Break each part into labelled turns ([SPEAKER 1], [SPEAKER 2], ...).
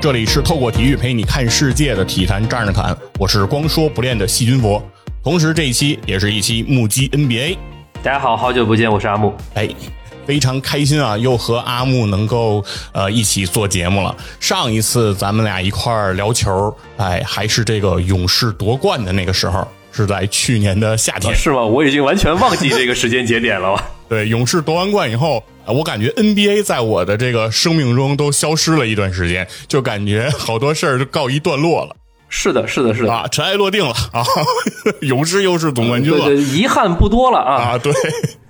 [SPEAKER 1] 这里是透过体育陪你看世界的体坛站着侃，我是光说不练的细菌佛。同时，这一期也是一期目击 NBA。
[SPEAKER 2] 大家好，好久不见，我是阿木。
[SPEAKER 1] 哎，非常开心啊，又和阿木能够呃一起做节目了。上一次咱们俩一块儿聊球，哎，还是这个勇士夺冠的那个时候，是在去年的夏 天。
[SPEAKER 2] 啊是吗？我已经完全忘记这个时间节点了。
[SPEAKER 1] 对，勇士夺完冠以后，啊我感觉 NBA 在我的这个生命中都消失了一段时间，就感觉好多事儿就告一段落了
[SPEAKER 2] 是的，是的，是的。
[SPEAKER 1] 啊，尘埃落定了啊， 勇士又是总冠军
[SPEAKER 2] 对
[SPEAKER 1] 了。
[SPEAKER 2] 对，遗憾不多了啊。
[SPEAKER 1] 啊，对，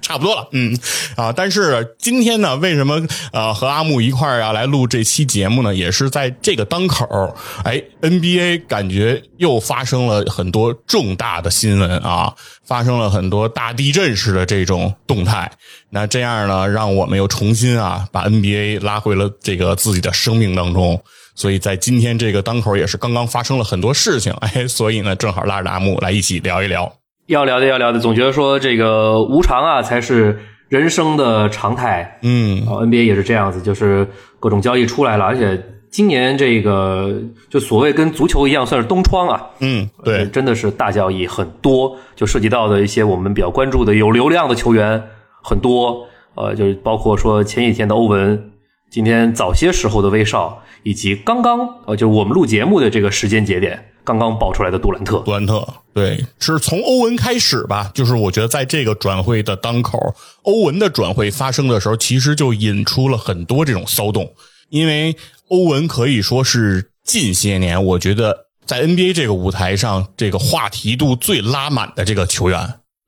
[SPEAKER 1] 差不多了，嗯，啊，但是今天呢，为什么呃和阿木一块儿啊来录这期节目呢？也是在这个当口儿，哎，NBA 感觉又发生了很多重大的新闻啊，发生了很多大地震式的这种动态。那这样呢，让我们又重新啊把 NBA 拉回了这个自己的生命当中。所以在今天这个当口儿也是刚刚发生了很多事情，哎，所以呢，正好拉着阿木来一起聊一聊。
[SPEAKER 2] 要聊的，要聊的，总觉得说这个无常啊，才是人生的常态。啊
[SPEAKER 1] 嗯，
[SPEAKER 2] 然后 NBA 也是这样子，就是各种交易出来了，而且今年这个就所谓跟足球一样，算是东窗啊。
[SPEAKER 1] 嗯，对，
[SPEAKER 2] 真的是大交易很多，就涉及到的一些我们比较关注的有流量的球员很多，呃，就是包括说前几天的欧文，今天早些时候的威少，以及刚刚呃，就是我们录节目的这个时间节点刚刚爆出来的杜兰特。
[SPEAKER 1] 杜兰特，对，是从欧文开始吧？就是我觉得在这个转会的当口，欧文的转会发生的时候，其实就引出了很多这种骚动，因为欧文可以说是近些年我觉得在 NBA 这个舞台上，这个话题度最拉满的这个球员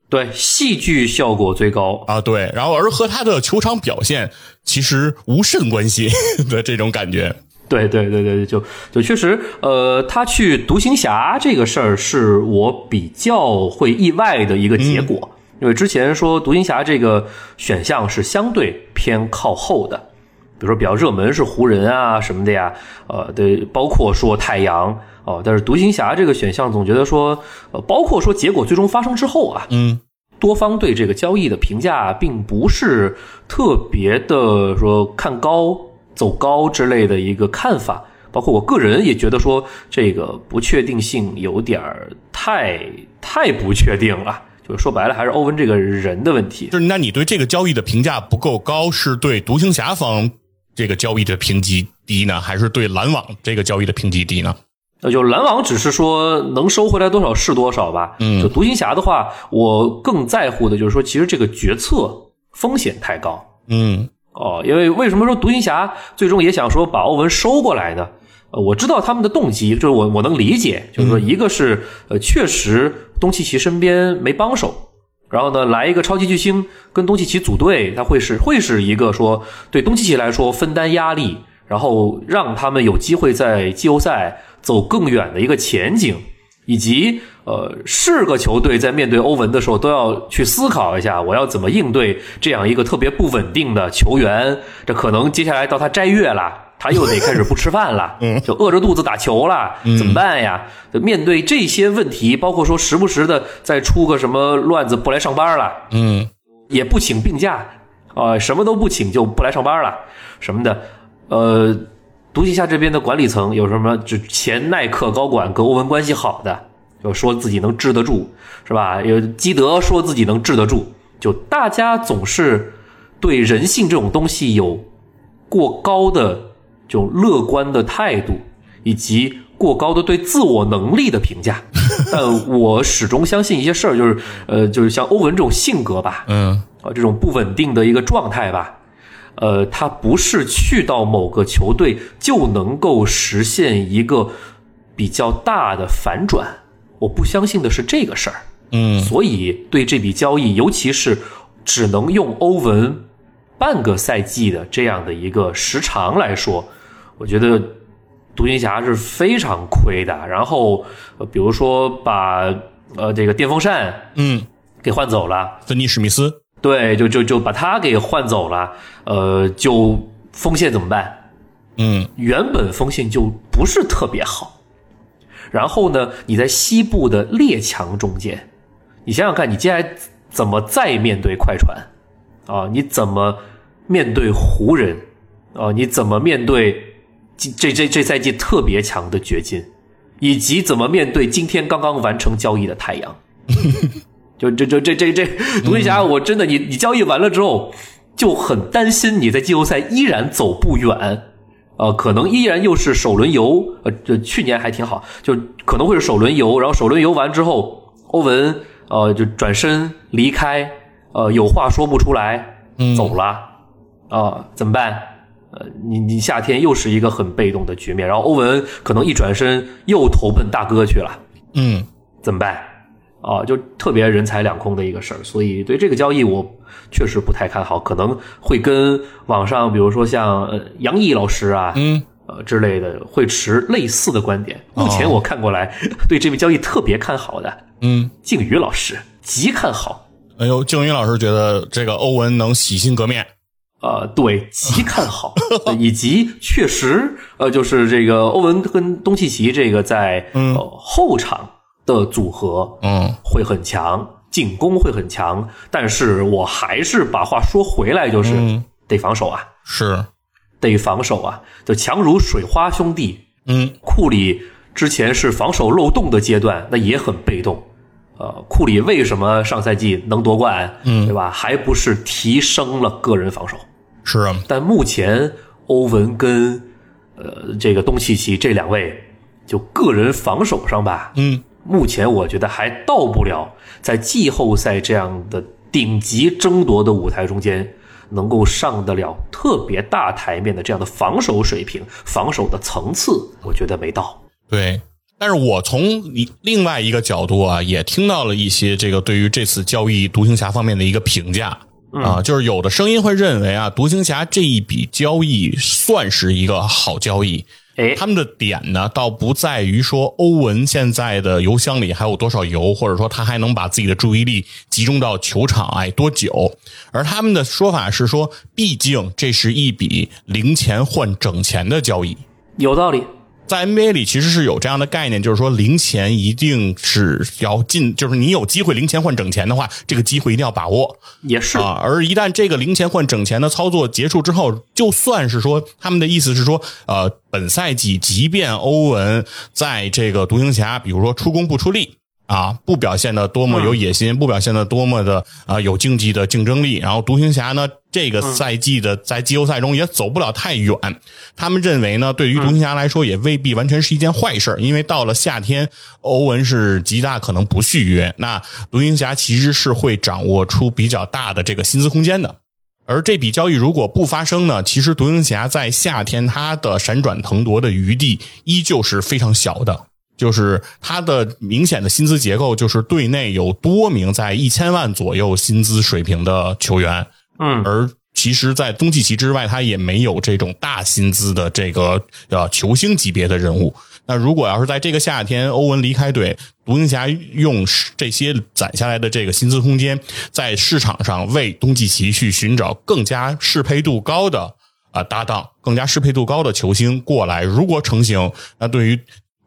[SPEAKER 2] 对，戏剧效果最高。
[SPEAKER 1] 啊，对，然后而和他的球场表现其实无甚关系 的这种感觉，
[SPEAKER 2] 对对对对，就就确实，呃，他去独行侠这个事儿是我比较会意外的一个结果，因为之前说独行侠这个选项是相对偏靠后的，比如说比较热门是湖人啊什么的呀，呃，对，包括说太阳哦、但是独行侠这个选项总觉得说，呃，包括说结果最终发生之后啊，
[SPEAKER 1] 嗯，
[SPEAKER 2] 多方对这个交易的评价并不是特别的说看高走高之类的一个看法，包括我个人也觉得说这个不确定性有点儿太太不确定了，就是说白了还是欧文这个人的问题。
[SPEAKER 1] 就是那你对这个交易的评价不够高，是对独行侠方这个交易的评级低呢，还是对篮网这个交易的评级低呢？
[SPEAKER 2] 呃，就篮网只是说能收回来多少是多少吧。嗯，就独行侠的话，我更在乎的就是说，其实这个决策风险太高。
[SPEAKER 1] 嗯
[SPEAKER 2] 哦，因为为什么说独行侠最终也想说把欧文收过来呢？呃，我知道他们的动机，就是我我能理解，就是说一个是呃，确实东契奇身边没帮手，然后呢来一个超级巨星跟东契奇组队，他会是会是一个说对东契奇来说分担压力，然后让他们有机会在季后赛走更远的一个前景。以及呃，是个球队在面对欧文的时候，都要去思考一下，我要怎么应对这样一个特别不稳定的球员。这可能接下来到他斋月了，他又得开始不吃饭了，就饿着肚子打球了，怎么办呀？就面对这些问题，包括说时不时的再出个什么乱子不来上班了，
[SPEAKER 1] 嗯，
[SPEAKER 2] 也不请病假，啊、什么都不请就不来上班了，什么的，呃，独行侠这边的管理层有什么？就前耐克高管跟欧文关系好的，就说自己能治得住，是吧？有基德说自己能治得住，就大家总是对人性这种东西有过高的这种乐观的态度，以及过高的对自我能力的评价。 但我始终相信一些事儿，就是呃，就是像欧文这种性格吧，
[SPEAKER 1] 嗯
[SPEAKER 2] 啊，这种不稳定的一个状态吧，呃，他不是去到某个球队就能够实现一个比较大的反转。我不相信的是这个事儿。
[SPEAKER 1] 嗯
[SPEAKER 2] 所以对这笔交易，尤其是只能用欧文半个赛季的这样的一个时长来说，我觉得独行侠是非常亏的。然后，呃比如说把呃这个电风扇
[SPEAKER 1] 嗯，
[SPEAKER 2] 给换走了，
[SPEAKER 1] 芬尼史密斯，
[SPEAKER 2] 对，就就就把他给换走了，呃，就锋线怎么办？
[SPEAKER 1] 嗯
[SPEAKER 2] 原本锋线就不是特别好，然后呢，你在西部的列强中间，你想想看，你接下来怎么再面对快船啊？你怎么面对湖人啊？你怎么面对这这这赛季特别强的掘金，以及怎么面对今天刚刚完成交易的太阳。 就这这这这这独行侠，我真的你你交易完了之后，就很担心你在季后赛依然走不远，呃，可能依然又是首轮游，呃，这去年还挺好，就可能会是首轮游，然后首轮游完之后，欧文呃就转身离开，呃，有话说不出来，走了，啊、怎么办？呃，你你夏天又是一个很被动的局面，然后欧文可能一转身又投奔大哥去了。
[SPEAKER 1] 嗯
[SPEAKER 2] 怎么办？啊，就特别人财两空的一个事儿，所以对这个交易我确实不太看好，可能会跟网上比如说像呃杨毅老师啊，
[SPEAKER 1] 嗯，
[SPEAKER 2] 呃之类的会持类似的观点。目前我看过来， 对这笔交易特别看好的
[SPEAKER 1] 嗯，
[SPEAKER 2] 靖宇老师极看好，
[SPEAKER 1] 哎呦，静宇老师觉得这个欧文能洗心革面，
[SPEAKER 2] 呃，对，极看好，对以及确实呃就是这个欧文跟东契奇这个在、
[SPEAKER 1] 嗯
[SPEAKER 2] 呃、后场的组合，
[SPEAKER 1] 嗯
[SPEAKER 2] 会很强，进攻会很强，但是我还是把话说回来，就是、
[SPEAKER 1] 嗯
[SPEAKER 2] 得防守啊，
[SPEAKER 1] 是，
[SPEAKER 2] 得防守啊，就强如水花兄弟，
[SPEAKER 1] 嗯
[SPEAKER 2] 库里之前是防守漏洞的阶段，那也很被动。呃，库里为什么上赛季能夺冠？嗯，对吧？还不是提升了个人防守。
[SPEAKER 1] 是啊，
[SPEAKER 2] 但目前欧文跟呃这个东契奇这两位，就个人防守上吧，
[SPEAKER 1] 嗯
[SPEAKER 2] 目前我觉得还到不了在季后赛这样的顶级争夺的舞台中间，能够上得了特别大台面的这样的防守水平、防守的层次，我觉得没到。
[SPEAKER 1] 对。但是我从一另外一个角度啊，也听到了一些这个对于这次交易独行侠方面的一个评价。啊，就是有的声音会认为啊，独行侠这一笔交易算是一个好交易，
[SPEAKER 2] 哎，
[SPEAKER 1] 他们的点呢，倒不在于说欧文现在的油箱里还有多少油，或者说他还能把自己的注意力集中到球场哎多久，而他们的说法是说，毕竟这是一笔零钱换整钱的交易。
[SPEAKER 2] 有道理。
[SPEAKER 1] 在 NBA 里其实是有这样的概念，就是说零钱一定是要进，就是你有机会零钱换整钱的话，这个机会一定要把握。
[SPEAKER 2] 也是，
[SPEAKER 1] 啊。而一旦这个零钱换整钱的操作结束之后，就算是说他们的意思是说，呃，本赛季即便欧文在这个独行侠，比如说出工不出力。啊，不表现的多么有野心，不表现的多么的啊、有竞技的竞争力。然后独行侠呢，这个赛季的在季后赛中也走不了太远。他们认为呢，对于独行侠来说也未必完全是一件坏事儿，因为到了夏天，欧文是极大可能不续约，那独行侠其实是会掌握出比较大的这个薪资空间的。而这笔交易如果不发生呢，其实独行侠在夏天他的闪转腾挪的余地依旧是非常小的。就是它的明显的薪资结构，就是队内有多名在一千万左右薪资水平的球员，
[SPEAKER 2] 嗯，
[SPEAKER 1] 而其实，在东契奇之外，他也没有这种大薪资的这个呃球星级别的人物。那如果要是在这个夏天欧文离开队，独行侠用这些攒下来的这个薪资空间，在市场上为东契奇去寻找更加适配度高的啊、搭档，更加适配度高的球星过来。如果成型，那对于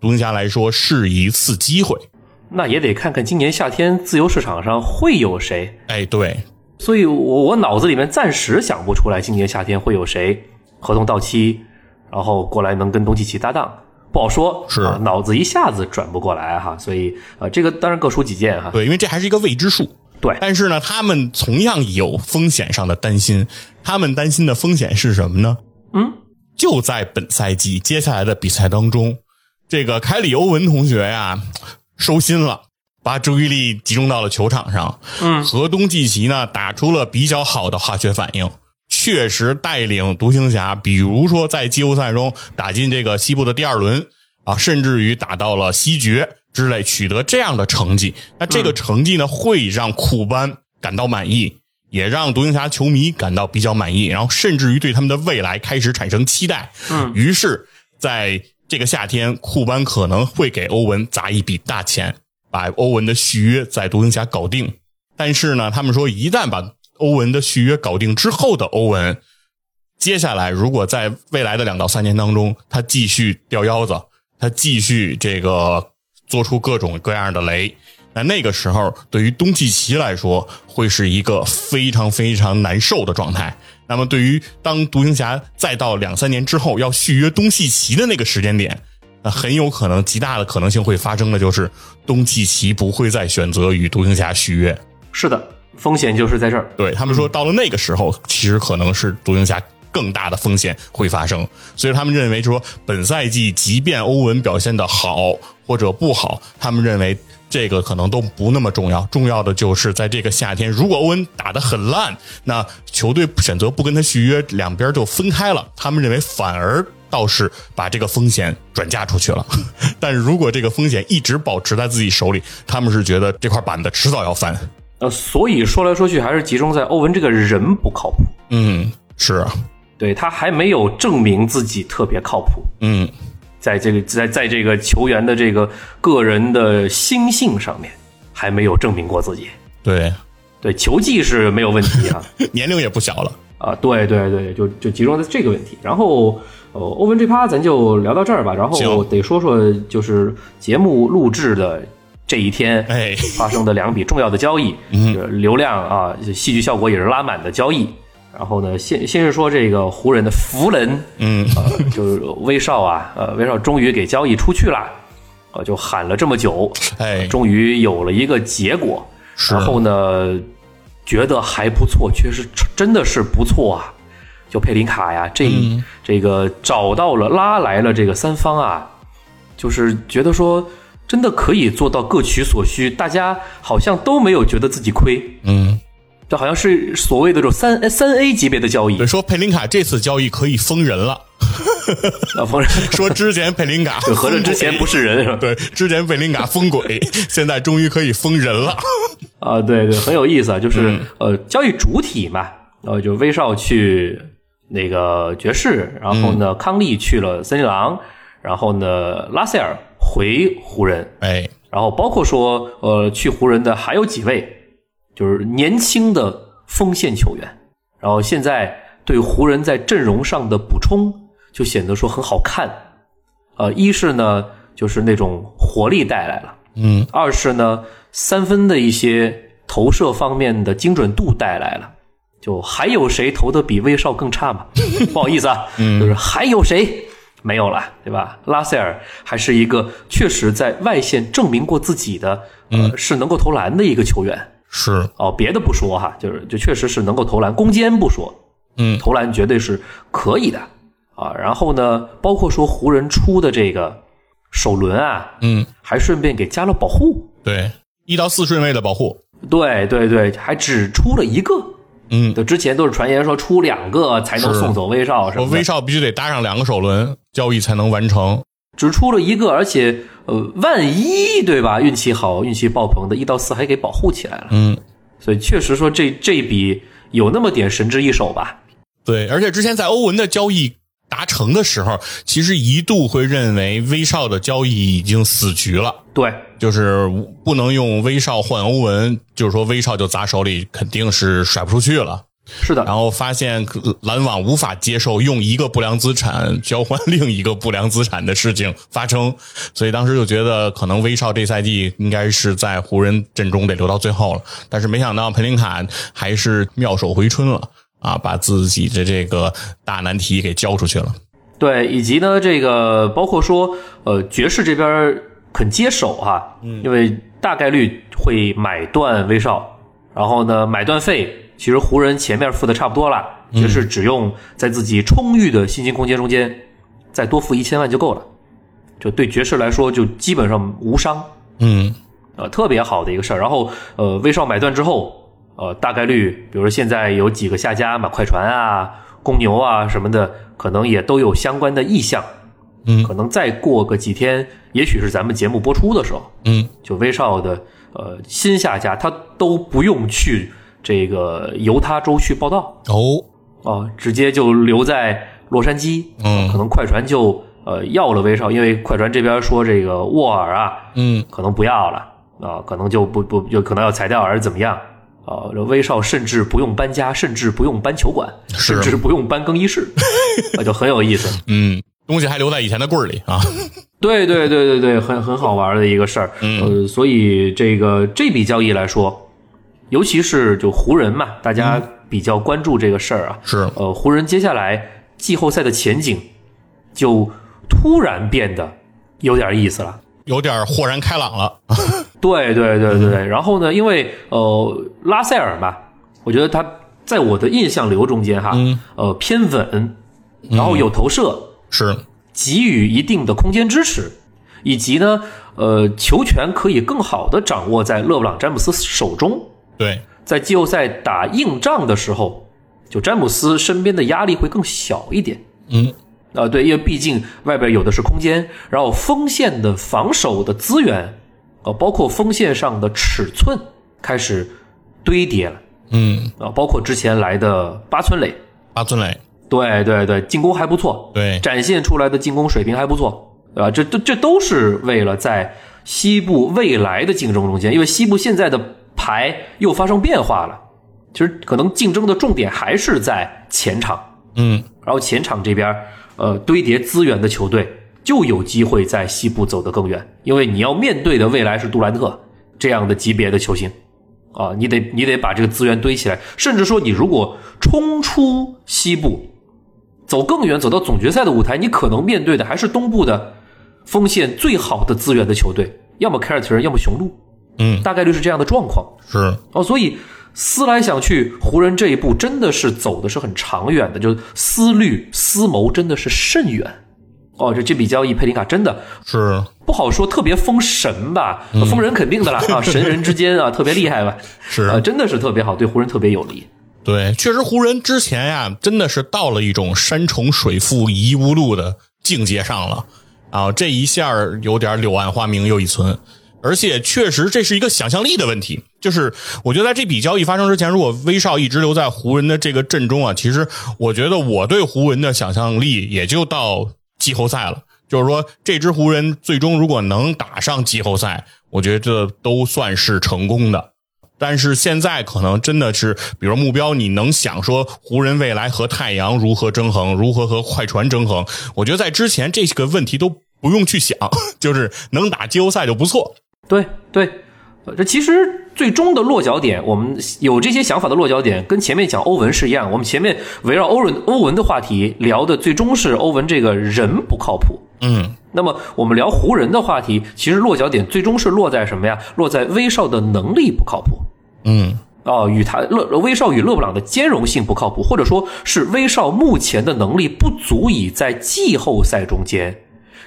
[SPEAKER 1] 独行侠来说是一次机会。
[SPEAKER 2] 那也得看看今年夏天自由市场上会有谁。
[SPEAKER 1] 哎，对，
[SPEAKER 2] 所以我我脑子里面暂时想不出来今年夏天会有谁合同到期，然后过来能跟东契奇搭档，不好说。
[SPEAKER 1] 是
[SPEAKER 2] 啊脑子一下子转不过来哈，所以呃，这个当然各抒己见哈。
[SPEAKER 1] 对，因为这还是一个未知数。
[SPEAKER 2] 啊对，
[SPEAKER 1] 但是呢，他们同样有风险上的担心。他们担心的风险是什么呢？
[SPEAKER 2] 嗯，
[SPEAKER 1] 就在本赛季接下来的比赛当中，这个凯里·欧文同学呀、收心了，把注意力集中到了球场上。
[SPEAKER 2] 嗯
[SPEAKER 1] 河东季奇呢打出了比较好的化学反应，确实带领独行侠，比如说在季后赛中打进这个西部的第二轮啊，甚至于打到了西决之类，取得这样的成绩。那这个成绩呢，会让库班感到满意。也让独行侠球迷感到比较满意，然后甚至于对他们的未来开始产生期待。
[SPEAKER 2] 嗯
[SPEAKER 1] 于是在这个夏天，库班可能会给欧文砸一笔大钱，把欧文的续约在独行侠搞定。但是呢，他们说一旦把欧文的续约搞定之后的欧文，接下来如果在未来的两到三年当中，他继续掉腰子，他继续这个做出各种各样的雷，那那个时候对于东契奇来说，会是一个非常非常难受的状态。那么对于当独行侠再到两三年之后要续约东契奇的那个时间点，那很有可能极大的可能性会发生的就是东契奇不会再选择与独行侠续约。
[SPEAKER 2] 是的，风险就是在这儿。
[SPEAKER 1] 对他们说，到了那个时候，其实可能是独行侠更大的风险会发生，所以他们认为说，本赛季即便欧文表现的好或者不好，他们认为这个可能都不那么重要，重要的就是在这个夏天，如果欧文打得很烂，那球队选择不跟他续约，两边就分开了。他们认为反而。倒是把这个风险转嫁出去了， 但是如果这个风险一直保持在自己手里，他们是觉得这块板子迟早要翻。
[SPEAKER 2] 呃，所以说来说去还是集中在欧文这个人不靠谱，
[SPEAKER 1] 嗯，是啊，
[SPEAKER 2] 对他还没有证明自己特别靠谱，
[SPEAKER 1] 嗯，
[SPEAKER 2] 在这个在在这个球员的这个个人的心性上面还没有证明过自己。
[SPEAKER 1] 对，
[SPEAKER 2] 对，球技是没有问题啊，
[SPEAKER 1] 年龄也不小了。
[SPEAKER 2] 啊，对对对，就就集中在这个问题。然后，呃，欧文这趴咱就聊到这儿吧。然后
[SPEAKER 1] 行
[SPEAKER 2] 得说说就是节目录制的这一天，
[SPEAKER 1] 哎嗯
[SPEAKER 2] 发生的两笔重要的交易，就是流量啊，戏剧效果也是拉满的交易。然后呢，先先是说这个湖人的湖人，
[SPEAKER 1] 嗯
[SPEAKER 2] 呃，就是威少啊，呃，威少终于给交易出去了，呃，就喊了这么久，
[SPEAKER 1] 哎，
[SPEAKER 2] 终于有了一个结果。
[SPEAKER 1] 是
[SPEAKER 2] 然后呢，觉得还不错，确实真的是不错啊。就佩林卡呀，这、
[SPEAKER 1] 嗯
[SPEAKER 2] 这个找到了拉来了这个三方啊，就是觉得说真的可以做到各取所需，大家好像都没有觉得自己亏，
[SPEAKER 1] 嗯，
[SPEAKER 2] 这好像是所谓的这种三三 A 级别的交易
[SPEAKER 1] 对，。说佩林卡这次交易可以封人 了。
[SPEAKER 2] 啊，不是，
[SPEAKER 1] 说之前佩林卡
[SPEAKER 2] 合着之前不是人是吧？
[SPEAKER 1] 对，之前佩林卡封 鬼，现在终于可以封人了。
[SPEAKER 2] 啊，对对，很有意思啊，就是、呃，交易主体嘛，呃，就威少去那个爵士，然后呢，康利去了森林狼，然后呢，拉塞尔回湖人，
[SPEAKER 1] 哎，
[SPEAKER 2] 然后包括说呃，去湖人的还有几位，就是年轻的锋线球员，然后现在对湖人在阵容上的补充就显得说很好看，呃，一是呢就是那种活力带来了。
[SPEAKER 1] 嗯，
[SPEAKER 2] 二是呢，三分的一些投射方面的精准度带来了。就还有谁投的比威少更差吗？不好意思啊，就是还有谁没有了，对吧？拉塞尔还是一个确实在外线证明过自己的，呃，是能够投篮的一个球员
[SPEAKER 1] 是，
[SPEAKER 2] 哦。别的不说哈，就是就确实是能够投篮，攻坚不说，
[SPEAKER 1] 嗯
[SPEAKER 2] 投篮绝对是可以的啊。然后呢，包括说湖人出的这个首轮啊，
[SPEAKER 1] 嗯，
[SPEAKER 2] 还顺便给加了保护，
[SPEAKER 1] 对，一到四顺位的保护。
[SPEAKER 2] 对对对，还只出了一个。
[SPEAKER 1] 嗯，
[SPEAKER 2] 就之前都是传言说出两个才能
[SPEAKER 1] 是
[SPEAKER 2] 送走威少什
[SPEAKER 1] 我
[SPEAKER 2] 么
[SPEAKER 1] 威
[SPEAKER 2] 的，
[SPEAKER 1] 少必须得搭上两个首轮交易才能完成。
[SPEAKER 2] 只出了一个，而且呃，万一对吧，运气好，运气爆棚的，一到四还给保护起来了。
[SPEAKER 1] 嗯，
[SPEAKER 2] 所以确实说这这一笔有那么点神之一手吧。
[SPEAKER 1] 对，而且之前在欧文的交易达成的时候，其实一度会认为威少的交易已经死局了。
[SPEAKER 2] 对，
[SPEAKER 1] 就是不能用威少换欧文，就是说威少就砸手里，肯定是甩不出去了。
[SPEAKER 2] 是的
[SPEAKER 1] 然，后发现篮网无法接受用一个不良资产交换另一个不良资产的事情发生，所以当时就觉得可能威少这赛季应该是在湖人阵中得留到最后了。但是没想到佩林卡还是妙手回春了啊，把自己的这个大难题给交出去了。
[SPEAKER 2] 对，以及呢，这个包括说，呃，爵士这边肯接手哈、嗯，因为大概率会买断威少，然后呢，买断费其实湖人前面付的差不多了，爵士只用在自己充裕的薪金空间中间再多付一千万就够了，就对爵士来说就基本上无伤，
[SPEAKER 1] 嗯，
[SPEAKER 2] 呃，特别好的一个事儿。然后呃，威少买断之后，呃，大概率，比如说现在有几个下家买快船啊、公牛啊什么的，可能也都有相关的意向。
[SPEAKER 1] 嗯
[SPEAKER 2] 可能再过个几天，也许是咱们节目播出的时候，
[SPEAKER 1] 嗯，
[SPEAKER 2] 就威少的呃新下家，他都不用去这个犹他州去报道
[SPEAKER 1] 哦，
[SPEAKER 2] 啊、直接就留在洛杉矶。
[SPEAKER 1] 嗯
[SPEAKER 2] 可能快船就呃要了威少，因为快船这边说这个沃尔啊，
[SPEAKER 1] 嗯
[SPEAKER 2] 可能不要了啊，可能就不不就可能要裁掉还是怎么样啊？这威少甚至不用搬家，甚至不用搬球馆，
[SPEAKER 1] 是
[SPEAKER 2] 甚至不用搬更衣室， 啊，就很有意思。
[SPEAKER 1] 嗯，东西还留在以前的柜儿里啊。
[SPEAKER 2] 对对对对对，很很好玩的一个事儿。呃，所以这个这笔交易来说，尤其是就湖人嘛，大家比较关注这个事儿啊。
[SPEAKER 1] 是
[SPEAKER 2] 呃，湖人接下来季后赛的前景就突然变得有点意思了。
[SPEAKER 1] 有点豁然开朗了。
[SPEAKER 2] 对对对对对。然后呢，因为呃，拉塞尔吧，我觉得他在我的印象流中间哈，呃，偏稳，然后有投射，
[SPEAKER 1] 是，
[SPEAKER 2] 给予一定的空间支持，以及呢，呃，球权可以更好的掌握在勒布朗詹姆斯手中。
[SPEAKER 1] 对，
[SPEAKER 2] 在季后赛打硬仗的时候，就詹姆斯身边的压力会更小一点。
[SPEAKER 1] 嗯，
[SPEAKER 2] 啊、对，因为毕竟外边有的是空间，然后锋线的防守的资源，呃，包括锋线上的尺寸开始堆叠了
[SPEAKER 1] 嗯，
[SPEAKER 2] 啊、包括之前来的八村垒，
[SPEAKER 1] 阿尊磊，
[SPEAKER 2] 对对对，进攻还不错，
[SPEAKER 1] 对，
[SPEAKER 2] 展现出来的进攻水平还不错，对吧？这这这都是为了在西部未来的竞争中间，因为西部现在的牌又发生变化了，其实可能竞争的重点还是在前场，
[SPEAKER 1] 嗯，
[SPEAKER 2] 然后前场这边呃堆叠资源的球队就有机会在西部走得更远，因为你要面对的未来是杜兰特这样的级别的球星。啊，你得你得把这个资源堆起来，甚至说你如果冲出西部，走更远，走到总决赛的舞台，你可能面对的还是东部的锋线最好的资源的球队，要么凯尔特人，要么雄鹿，
[SPEAKER 1] 嗯，
[SPEAKER 2] 大概率是这样的状况。
[SPEAKER 1] 是，
[SPEAKER 2] 哦，所以思来想去，湖人这一步真的是走的是很长远的，就是思虑思谋真的是甚远。哦，这这比交易佩林卡真的
[SPEAKER 1] 是，
[SPEAKER 2] 不好说，特别封神吧，封人肯定的啦啊，神人之间啊特别厉害吧，
[SPEAKER 1] 是
[SPEAKER 2] 啊，真的是特别好，对湖人特别有利。
[SPEAKER 1] 对，确实湖人之前呀，真的是到了一种山重水复疑无路的境界上了啊！这一下儿有点柳暗花明又一村，而且确实这是一个想象力的问题。就是我觉得在这笔交易发生之前，如果威少一直留在湖人的这个阵中啊，其实我觉得我对湖人的想象力也就到季后赛了。就是说，这支湖人最终如果能打上季后赛，我觉得这都算是成功的。但是现在可能真的是，比如目标，你能想说湖人未来和太阳如何争衡，如何和快船争衡？我觉得在之前这个问题都不用去想， 就是能打季后赛就不错。
[SPEAKER 2] 对对，呃这其实最终的落脚点，我们有这些想法的落脚点，跟前面讲欧文是一样。我们前面围绕欧文欧文的话题聊的，最终是欧文这个人不靠谱。
[SPEAKER 1] 嗯，
[SPEAKER 2] 那么我们聊湖人的话题，其实落脚点最终是落在什么呀？落在威少的能力不靠谱。
[SPEAKER 1] 嗯，
[SPEAKER 2] 哦，与他勒威少与勒布朗的兼容性不靠谱，或者说是威少目前的能力不足以在季后赛中间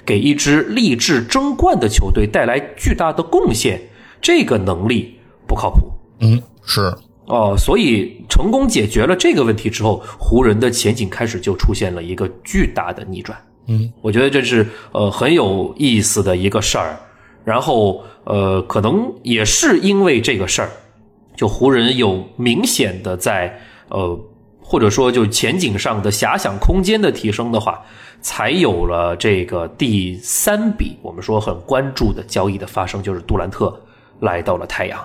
[SPEAKER 2] 给一支励志争冠的球队带来巨大的贡献，这个能力不靠谱。
[SPEAKER 1] 嗯，是，
[SPEAKER 2] 哦，所以成功解决了这个问题之后，湖人的前景开始就出现了一个巨大的逆转。
[SPEAKER 1] 嗯，
[SPEAKER 2] 我觉得这是呃很有意思的一个事儿。然后呃，可能也是因为这个事儿，就湖人有明显的在呃或者说就前景上的遐想空间的提升的话，才有了这个第三笔我们说很关注的交易的发生，就是杜兰特来到了太阳。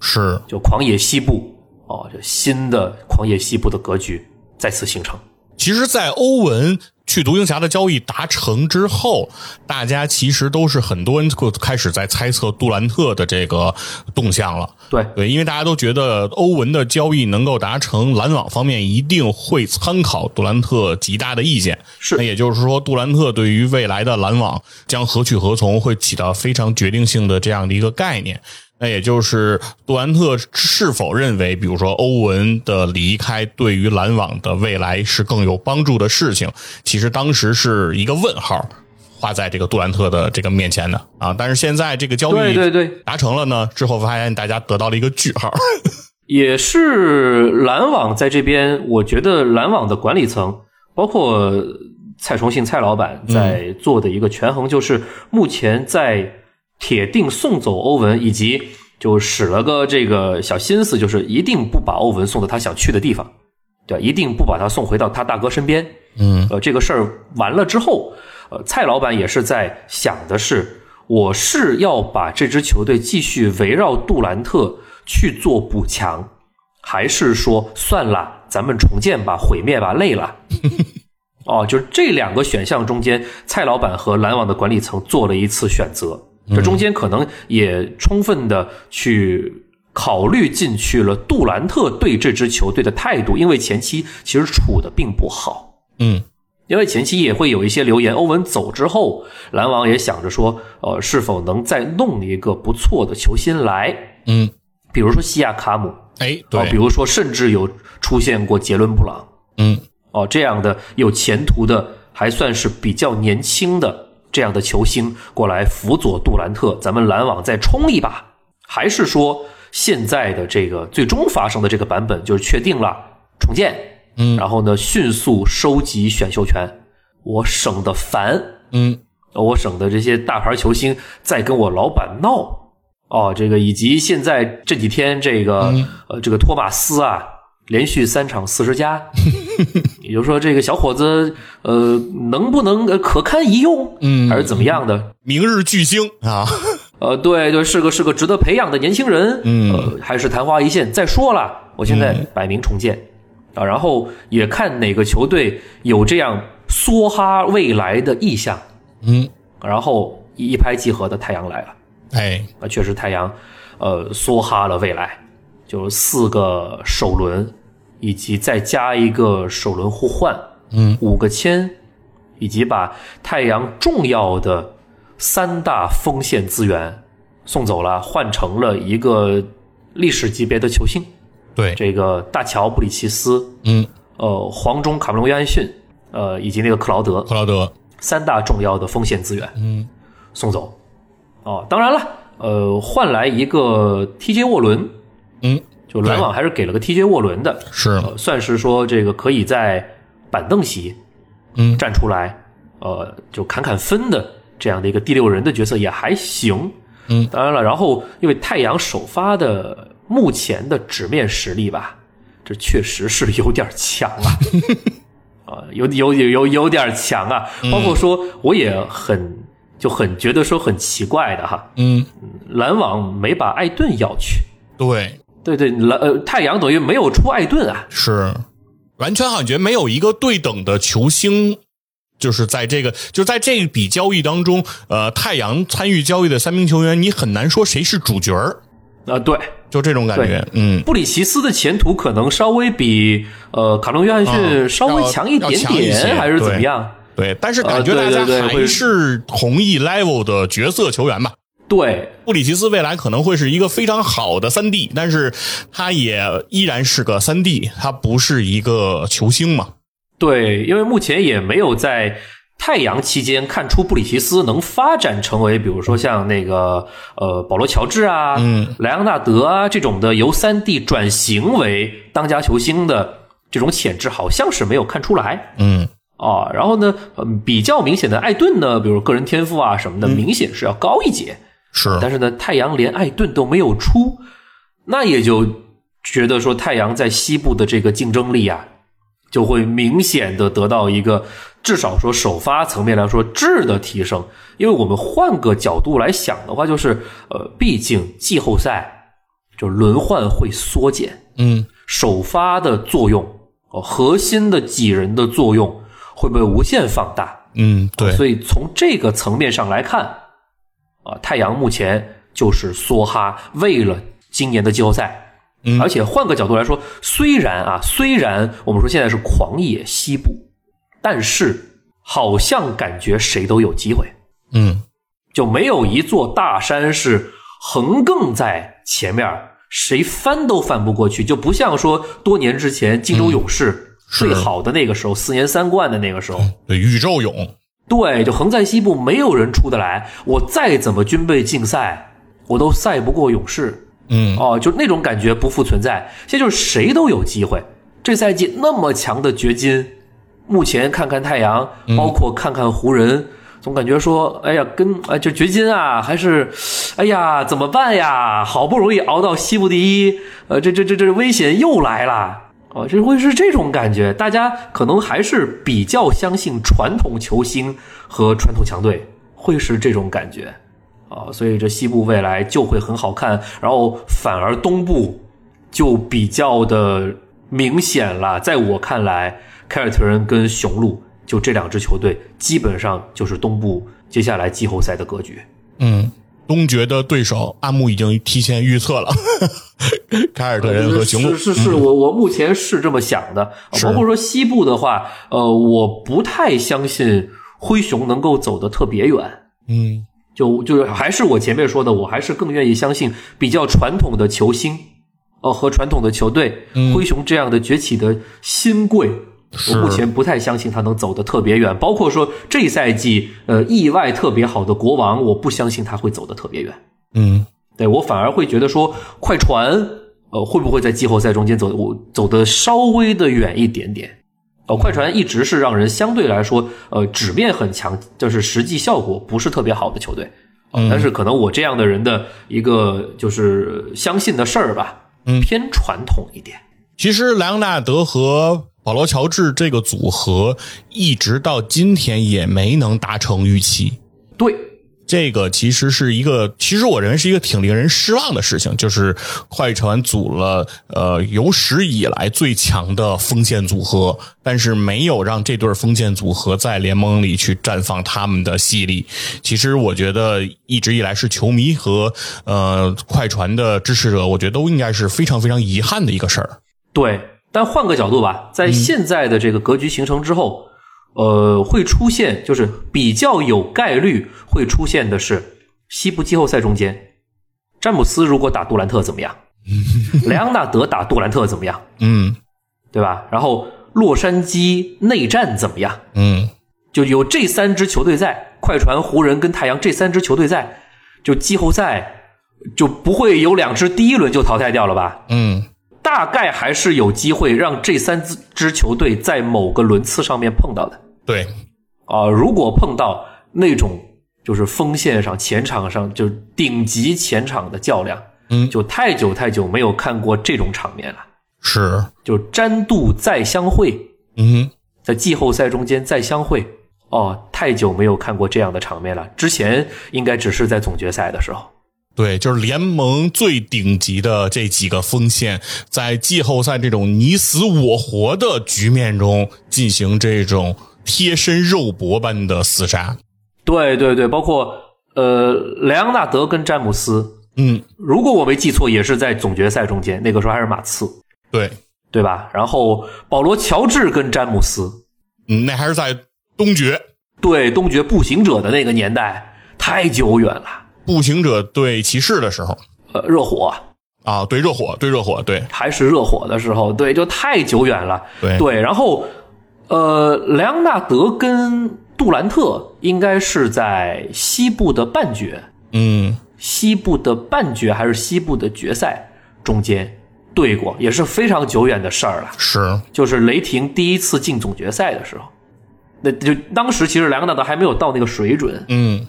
[SPEAKER 1] 是，
[SPEAKER 2] 就狂野西部哦，这新的狂野西部的格局再次形成。
[SPEAKER 1] 其实，在欧文去独行侠的交易达成之后，大家其实都是很多人就开始在猜测杜兰特的这个动向了。
[SPEAKER 2] 对，
[SPEAKER 1] 对，因为大家都觉得欧文的交易能够达成，篮网方面一定会参考杜兰特极大的意见。
[SPEAKER 2] 是
[SPEAKER 1] 那也就是说，杜兰特对于未来的篮网将何去何从，会起到非常决定性的这样的一个概念。那也就是杜兰特是否认为，比如说欧文的离开对于篮网的未来是更有帮助的事情，其实当时是一个问号画在这个杜兰特的这个面前的啊。但是现在这个交易
[SPEAKER 2] 对对对，
[SPEAKER 1] 达成了呢，之后发现大家得到了一个句号。
[SPEAKER 2] 也是篮网在这边，我觉得篮网的管理层，包括蔡崇信蔡老板在做的一个权衡，就是目前在铁定送走欧文，以及就使了个这个小心思，就是一定不把欧文送到他想去的地方，对吧？一定不把他送回到他大哥身边。
[SPEAKER 1] 嗯，
[SPEAKER 2] 呃，这个事儿完了之后，呃，蔡老板也是在想的是，我是要把这支球队继续围绕杜兰特去做补强，还是说算了，咱们重建吧，毁灭吧，累了。 哦，就是这两个选项中间，蔡老板和篮网的管理层做了一次选择，这中间可能也充分的去考虑进去了杜兰特对这支球队的态度，因为前期其实处的并不好。
[SPEAKER 1] 嗯，
[SPEAKER 2] 因为前期也会有一些留言，欧文走之后，篮网也想着说，呃，是否能再弄一个不错的球星来，
[SPEAKER 1] 嗯，
[SPEAKER 2] 比如说西亚卡姆，
[SPEAKER 1] 哎，
[SPEAKER 2] 啊，
[SPEAKER 1] 对，
[SPEAKER 2] 比如说甚至有出现过杰伦布朗，
[SPEAKER 1] 嗯
[SPEAKER 2] 哦，这样的有前途的，还算是比较年轻的这样的球星过来辅佐杜兰特，咱们篮网再冲一把，还是说现在的这个最终发生的这个版本就是确定了重建，
[SPEAKER 1] 嗯
[SPEAKER 2] 然后呢迅速收集选秀权，我省得烦，
[SPEAKER 1] 嗯
[SPEAKER 2] 我省得这些大牌球星再跟我老板闹哦，这个以及现在这几天这个、呃这个托马斯啊，连续三场四十加，也就是说这个小伙子呃能不能呃可堪一用，
[SPEAKER 1] 嗯
[SPEAKER 2] 还是怎么样的？
[SPEAKER 1] 明日巨星啊，
[SPEAKER 2] 呃，对对，是个是个值得培养的年轻人，
[SPEAKER 1] 嗯
[SPEAKER 2] 呃，还是昙花一现。再说了，我现在摆明重建、啊，然后也看哪个球队有这样梭哈未来的意向，
[SPEAKER 1] 嗯，
[SPEAKER 2] 然后一一拍即合的太阳来了。
[SPEAKER 1] 哎，
[SPEAKER 2] 啊，确实太阳，呃，梭哈了未来，就四个首轮，以及再加一个首轮互换，
[SPEAKER 1] 嗯，
[SPEAKER 2] 五个签，以及把太阳重要的三大锋线资源送走了，换成了一个历史级别的球星，
[SPEAKER 1] 对，
[SPEAKER 2] 这个大乔布里奇斯，
[SPEAKER 1] 嗯，
[SPEAKER 2] 呃，黄忠卡梅隆约翰逊，呃，以及那个克劳德，
[SPEAKER 1] 克劳德，
[SPEAKER 2] 三大重要的锋线资源，
[SPEAKER 1] 嗯，
[SPEAKER 2] 送走。哦，当然了，呃，换来一个 TJ 沃伦，
[SPEAKER 1] 嗯，
[SPEAKER 2] 就篮网还是给了个 TJ 沃伦的，
[SPEAKER 1] 是，
[SPEAKER 2] 呃，算是说这个可以在板凳席，
[SPEAKER 1] 嗯
[SPEAKER 2] 站出来，呃，就砍砍分的这样的一个第六人的角色也还行，
[SPEAKER 1] 嗯，
[SPEAKER 2] 当然了，然后因为太阳首发的目前的纸面实力吧，这确实是有点强啊。 啊，有有有有有点强啊，
[SPEAKER 1] 嗯
[SPEAKER 2] 包括说我也很就很觉得说很奇怪的哈，
[SPEAKER 1] 嗯，
[SPEAKER 2] 篮网没把艾顿要去，
[SPEAKER 1] 对，
[SPEAKER 2] 对对，篮呃太阳等于没有出艾顿啊，
[SPEAKER 1] 是，完全好像觉得没有一个对等的球星。就是在这个，就在这笔交易当中，呃，太阳参与交易的三名球员，你很难说谁是主角儿，
[SPEAKER 2] 啊对，
[SPEAKER 1] 就这种感觉。嗯，
[SPEAKER 2] 布里奇斯的前途可能稍微比呃卡隆约翰逊
[SPEAKER 1] 嗯
[SPEAKER 2] 稍微
[SPEAKER 1] 要
[SPEAKER 2] 强一点
[SPEAKER 1] 要强一些
[SPEAKER 2] 点，还是怎么
[SPEAKER 1] 对
[SPEAKER 2] 样？
[SPEAKER 1] 对，但是感觉大
[SPEAKER 2] 呃对
[SPEAKER 1] 家
[SPEAKER 2] 对对
[SPEAKER 1] 还
[SPEAKER 2] 会
[SPEAKER 1] 是同一 level 的角色球员吧。
[SPEAKER 2] 对，
[SPEAKER 1] 布里奇斯未来可能会是一个非常好的三 D，但是他也依然是个三 D，他不是一个球星嘛。
[SPEAKER 2] 对，因为目前也没有在太阳期间看出布里奇斯能发展成为，比如说像那个呃保罗乔治啊、
[SPEAKER 1] 嗯
[SPEAKER 2] 莱昂纳德啊这种的由三 D 转型为当家球星的这种潜质，好像是没有看出来。
[SPEAKER 1] 嗯
[SPEAKER 2] 啊，然后呢，嗯，比较明显的艾顿呢，比如个人天赋啊什么
[SPEAKER 1] 嗯
[SPEAKER 2] 的，明显是要高一截。
[SPEAKER 1] 是，
[SPEAKER 2] 但是呢，太阳连艾顿都没有出，那也就觉得说太阳在西部的这个竞争力啊，就会明显的得到一个至少说首发层面来说质的提升。因为我们换个角度来想的话，就是呃，毕竟季后赛就轮换会缩减，
[SPEAKER 1] 嗯
[SPEAKER 2] 首发的作用，呃核心的几人的作用哦会被无限放大。
[SPEAKER 1] 嗯，对，
[SPEAKER 2] 所以从这个层面上来看，啊，太阳目前就是梭哈为了今年的季后赛，
[SPEAKER 1] 嗯
[SPEAKER 2] 而且换个角度来说，虽然啊，虽然我们说现在是狂野西部，但是好像感觉谁都有机会，
[SPEAKER 1] 嗯
[SPEAKER 2] 就没有一座大山是横亘在前面，谁翻都翻不过去，就不像说多年之前金州勇
[SPEAKER 1] 嗯
[SPEAKER 2] 士。最好的那个时候，四年三冠的那个时候，
[SPEAKER 1] 对，宇宙勇，
[SPEAKER 2] 对，就横在西部，没有人出得来。我再怎么军备竞赛，我都赛不过勇士。
[SPEAKER 1] 嗯
[SPEAKER 2] 哦，就那种感觉不复存在。现在就是谁都有机会。这赛季那么强的掘金，目前看看太阳，包括看看湖人，总感觉说，哎呀，跟哎这掘金啊，还是，哎呀，怎么办呀？好不容易熬到西部第一，呃，这这这这危险又来了。哦，这会是这种感觉，大家可能还是比较相信传统球星和传统强队，会是这种感觉。啊，所以这西部未来就会很好看，然后反而东部就比较的明显了。在我看来，凯尔特人跟雄鹿就这两支球队，基本上就是东部接下来季后赛的格局。
[SPEAKER 1] 嗯东决的对手阿木已经提前预测了 凯尔特人和雄鹿嗯
[SPEAKER 2] 是。是是，我我目前是这么想的。包括说西部的话，呃，我不太相信灰熊能够走得特别远。
[SPEAKER 1] 嗯，
[SPEAKER 2] 就就是还是我前面说的，我还是更愿意相信比较传统的球星，哦、和传统的球队，灰熊这样的崛起的新贵。我
[SPEAKER 1] 嗯是
[SPEAKER 2] 目前不太相信他能走得特别远，包括说这赛季呃意外特别好的国王，我不相信他会走得特别远。
[SPEAKER 1] 嗯
[SPEAKER 2] 对我反而会觉得说，快船呃会不会在季后赛中间走我走得稍微的远一点点？呃，快船一直是让人相对来说呃纸面很强，就是实际效果不是特别好的球队。
[SPEAKER 1] 嗯
[SPEAKER 2] 呃但是可能我这样的人的一个就是相信的事儿吧，偏传统一点。
[SPEAKER 1] 其实莱昂纳德和保罗·乔治这个组合，一直到今天也没能达成预期。
[SPEAKER 2] 对，
[SPEAKER 1] 这个其实是一个，其实我认为是一个挺令人失望的事情，就是快船组了呃有史以来最强的锋线组合，但是没有让这对锋线组合在联盟里去绽放他们的吸引力。其实我觉得一直以来是球迷和呃快船的支持者，我觉得都应该是非常非常遗憾的一个事儿。
[SPEAKER 2] 对，但换个角度吧，在现在的这个格局形成之后，呃，会出现就是比较有概率会出现的是西部季后赛中间，詹姆斯如果打杜兰特怎么样？莱昂纳德打杜兰特怎么样？
[SPEAKER 1] 嗯
[SPEAKER 2] 对吧？然后洛杉矶内战怎么样？
[SPEAKER 1] 嗯。
[SPEAKER 2] 就有这三支球队在，快船、湖人跟太阳这三支球队在，就季后赛就不会有两支第一轮就淘汰掉了吧？
[SPEAKER 1] 嗯
[SPEAKER 2] 大概还是有机会让这三支球队在某个轮次上面碰到的。
[SPEAKER 1] 对，
[SPEAKER 2] 啊、如果碰到那种就是锋线上、前场上就是顶级前场的较量，
[SPEAKER 1] 嗯
[SPEAKER 2] 就太久太久没有看过这种场面了。
[SPEAKER 1] 是，
[SPEAKER 2] 就詹杜再相会，
[SPEAKER 1] 嗯
[SPEAKER 2] 在季后赛中间再相会，哦，太久没有看过这样的场面了。之前应该只是在总决赛的时候。
[SPEAKER 1] 对，就是联盟最顶级的这几个锋线，在季后赛这种你死我活的局面中进行这种贴身肉搏般的厮杀。
[SPEAKER 2] 对对对，包括呃，莱昂纳德跟詹姆斯，
[SPEAKER 1] 嗯，
[SPEAKER 2] 如果我没记错，也是在总决赛中间，那个时候还是马刺，
[SPEAKER 1] 对，
[SPEAKER 2] 对吧？然后保罗·乔治跟詹姆斯，
[SPEAKER 1] 嗯，那还是在东决
[SPEAKER 2] 对东决步行者的那个年代太久远了。
[SPEAKER 1] 步行者对骑士的时候
[SPEAKER 2] 呃，热火
[SPEAKER 1] 啊，对热火，对热火，对
[SPEAKER 2] 还是热火的时候，对，就太久远了。
[SPEAKER 1] 对
[SPEAKER 2] 然后呃，莱昂纳德跟杜兰特应该是在西部的半决，
[SPEAKER 1] 嗯
[SPEAKER 2] 西部的半决还是西部的决赛中间对过，也是非常久远的事儿了。
[SPEAKER 1] 是，
[SPEAKER 2] 就是雷霆第一次进总决赛的时候，那就当时其实莱昂纳德还没有到那个水准
[SPEAKER 1] 嗯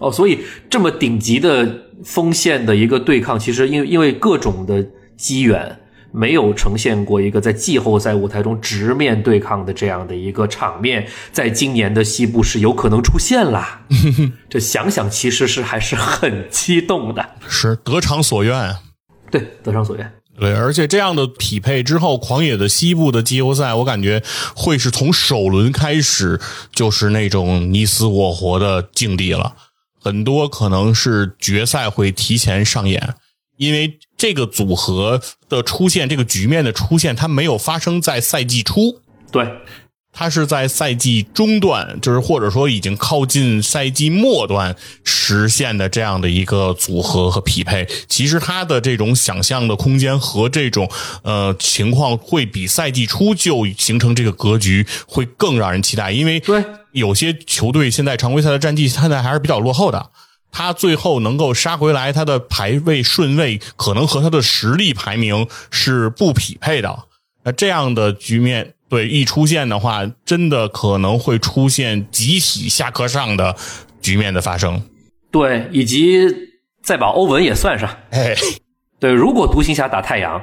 [SPEAKER 2] 哦，所以这么顶级的锋线的一个对抗，其实因为因为各种的机缘，没有呈现过一个在季后赛舞台中直面对抗的这样的一个场面，在今年的西部是有可能出现啦。这想想其实是还是很激动的，
[SPEAKER 1] 是得偿所愿。啊
[SPEAKER 2] 对，得偿所愿。
[SPEAKER 1] 对，而且这样的匹配之后，狂野的西部的季后赛，我感觉会是从首轮开始就是那种你死我活的境地了。很多可能是决赛会提前上演，因为这个组合的出现，这个局面的出现，它没有发生在赛季初，
[SPEAKER 2] 对，
[SPEAKER 1] 它是在赛季中段，就是或者说已经靠近赛季末端实现的这样的一个组合和匹配。其实它的这种想象的空间和这种呃情况，会比赛季初就形成这个格局会更让人期待，因为
[SPEAKER 2] 对
[SPEAKER 1] 有些球队现在常规赛的战绩现在还是比较落后的。他最后能够杀回来，他的排位顺位可能和他的实力排名是不匹配的。那这样的局面，对一出现的话，真的可能会出现集体下课上的局面的发生。
[SPEAKER 2] 对，以及再把欧文也算上。
[SPEAKER 1] 哎，
[SPEAKER 2] 对，如果独行侠打太阳，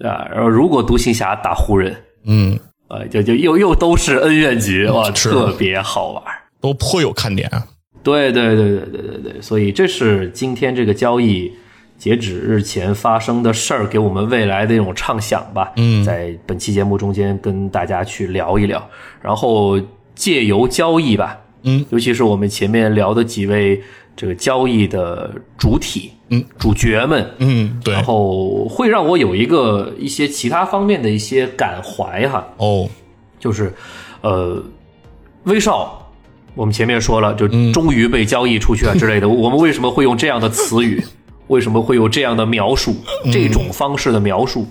[SPEAKER 2] 啊，然后如果独行侠打湖人，
[SPEAKER 1] 嗯，
[SPEAKER 2] 呃，就就又又都是恩怨局，哇，
[SPEAKER 1] 是
[SPEAKER 2] 特别好玩。
[SPEAKER 1] 都颇有看点。啊
[SPEAKER 2] 对对对对对对对，所以这是今天这个交易截止日前发生的事儿，给我们未来的一种畅想吧。嗯，在本期节目中间跟大家去聊一聊，然后借由交易吧，
[SPEAKER 1] 嗯，
[SPEAKER 2] 尤其是我们前面聊的几位这个交易的主体，
[SPEAKER 1] 嗯，
[SPEAKER 2] 主角们，
[SPEAKER 1] 嗯，对
[SPEAKER 2] 然，后会让我有一个一些其他方面的一些感怀哈，
[SPEAKER 1] 哦，
[SPEAKER 2] 就是，呃，威少，我们前面说了，就终于被交易出去啊之类的，我们为什么会用这样的词语？ 为什么会有这样的描述？这种方式的描述，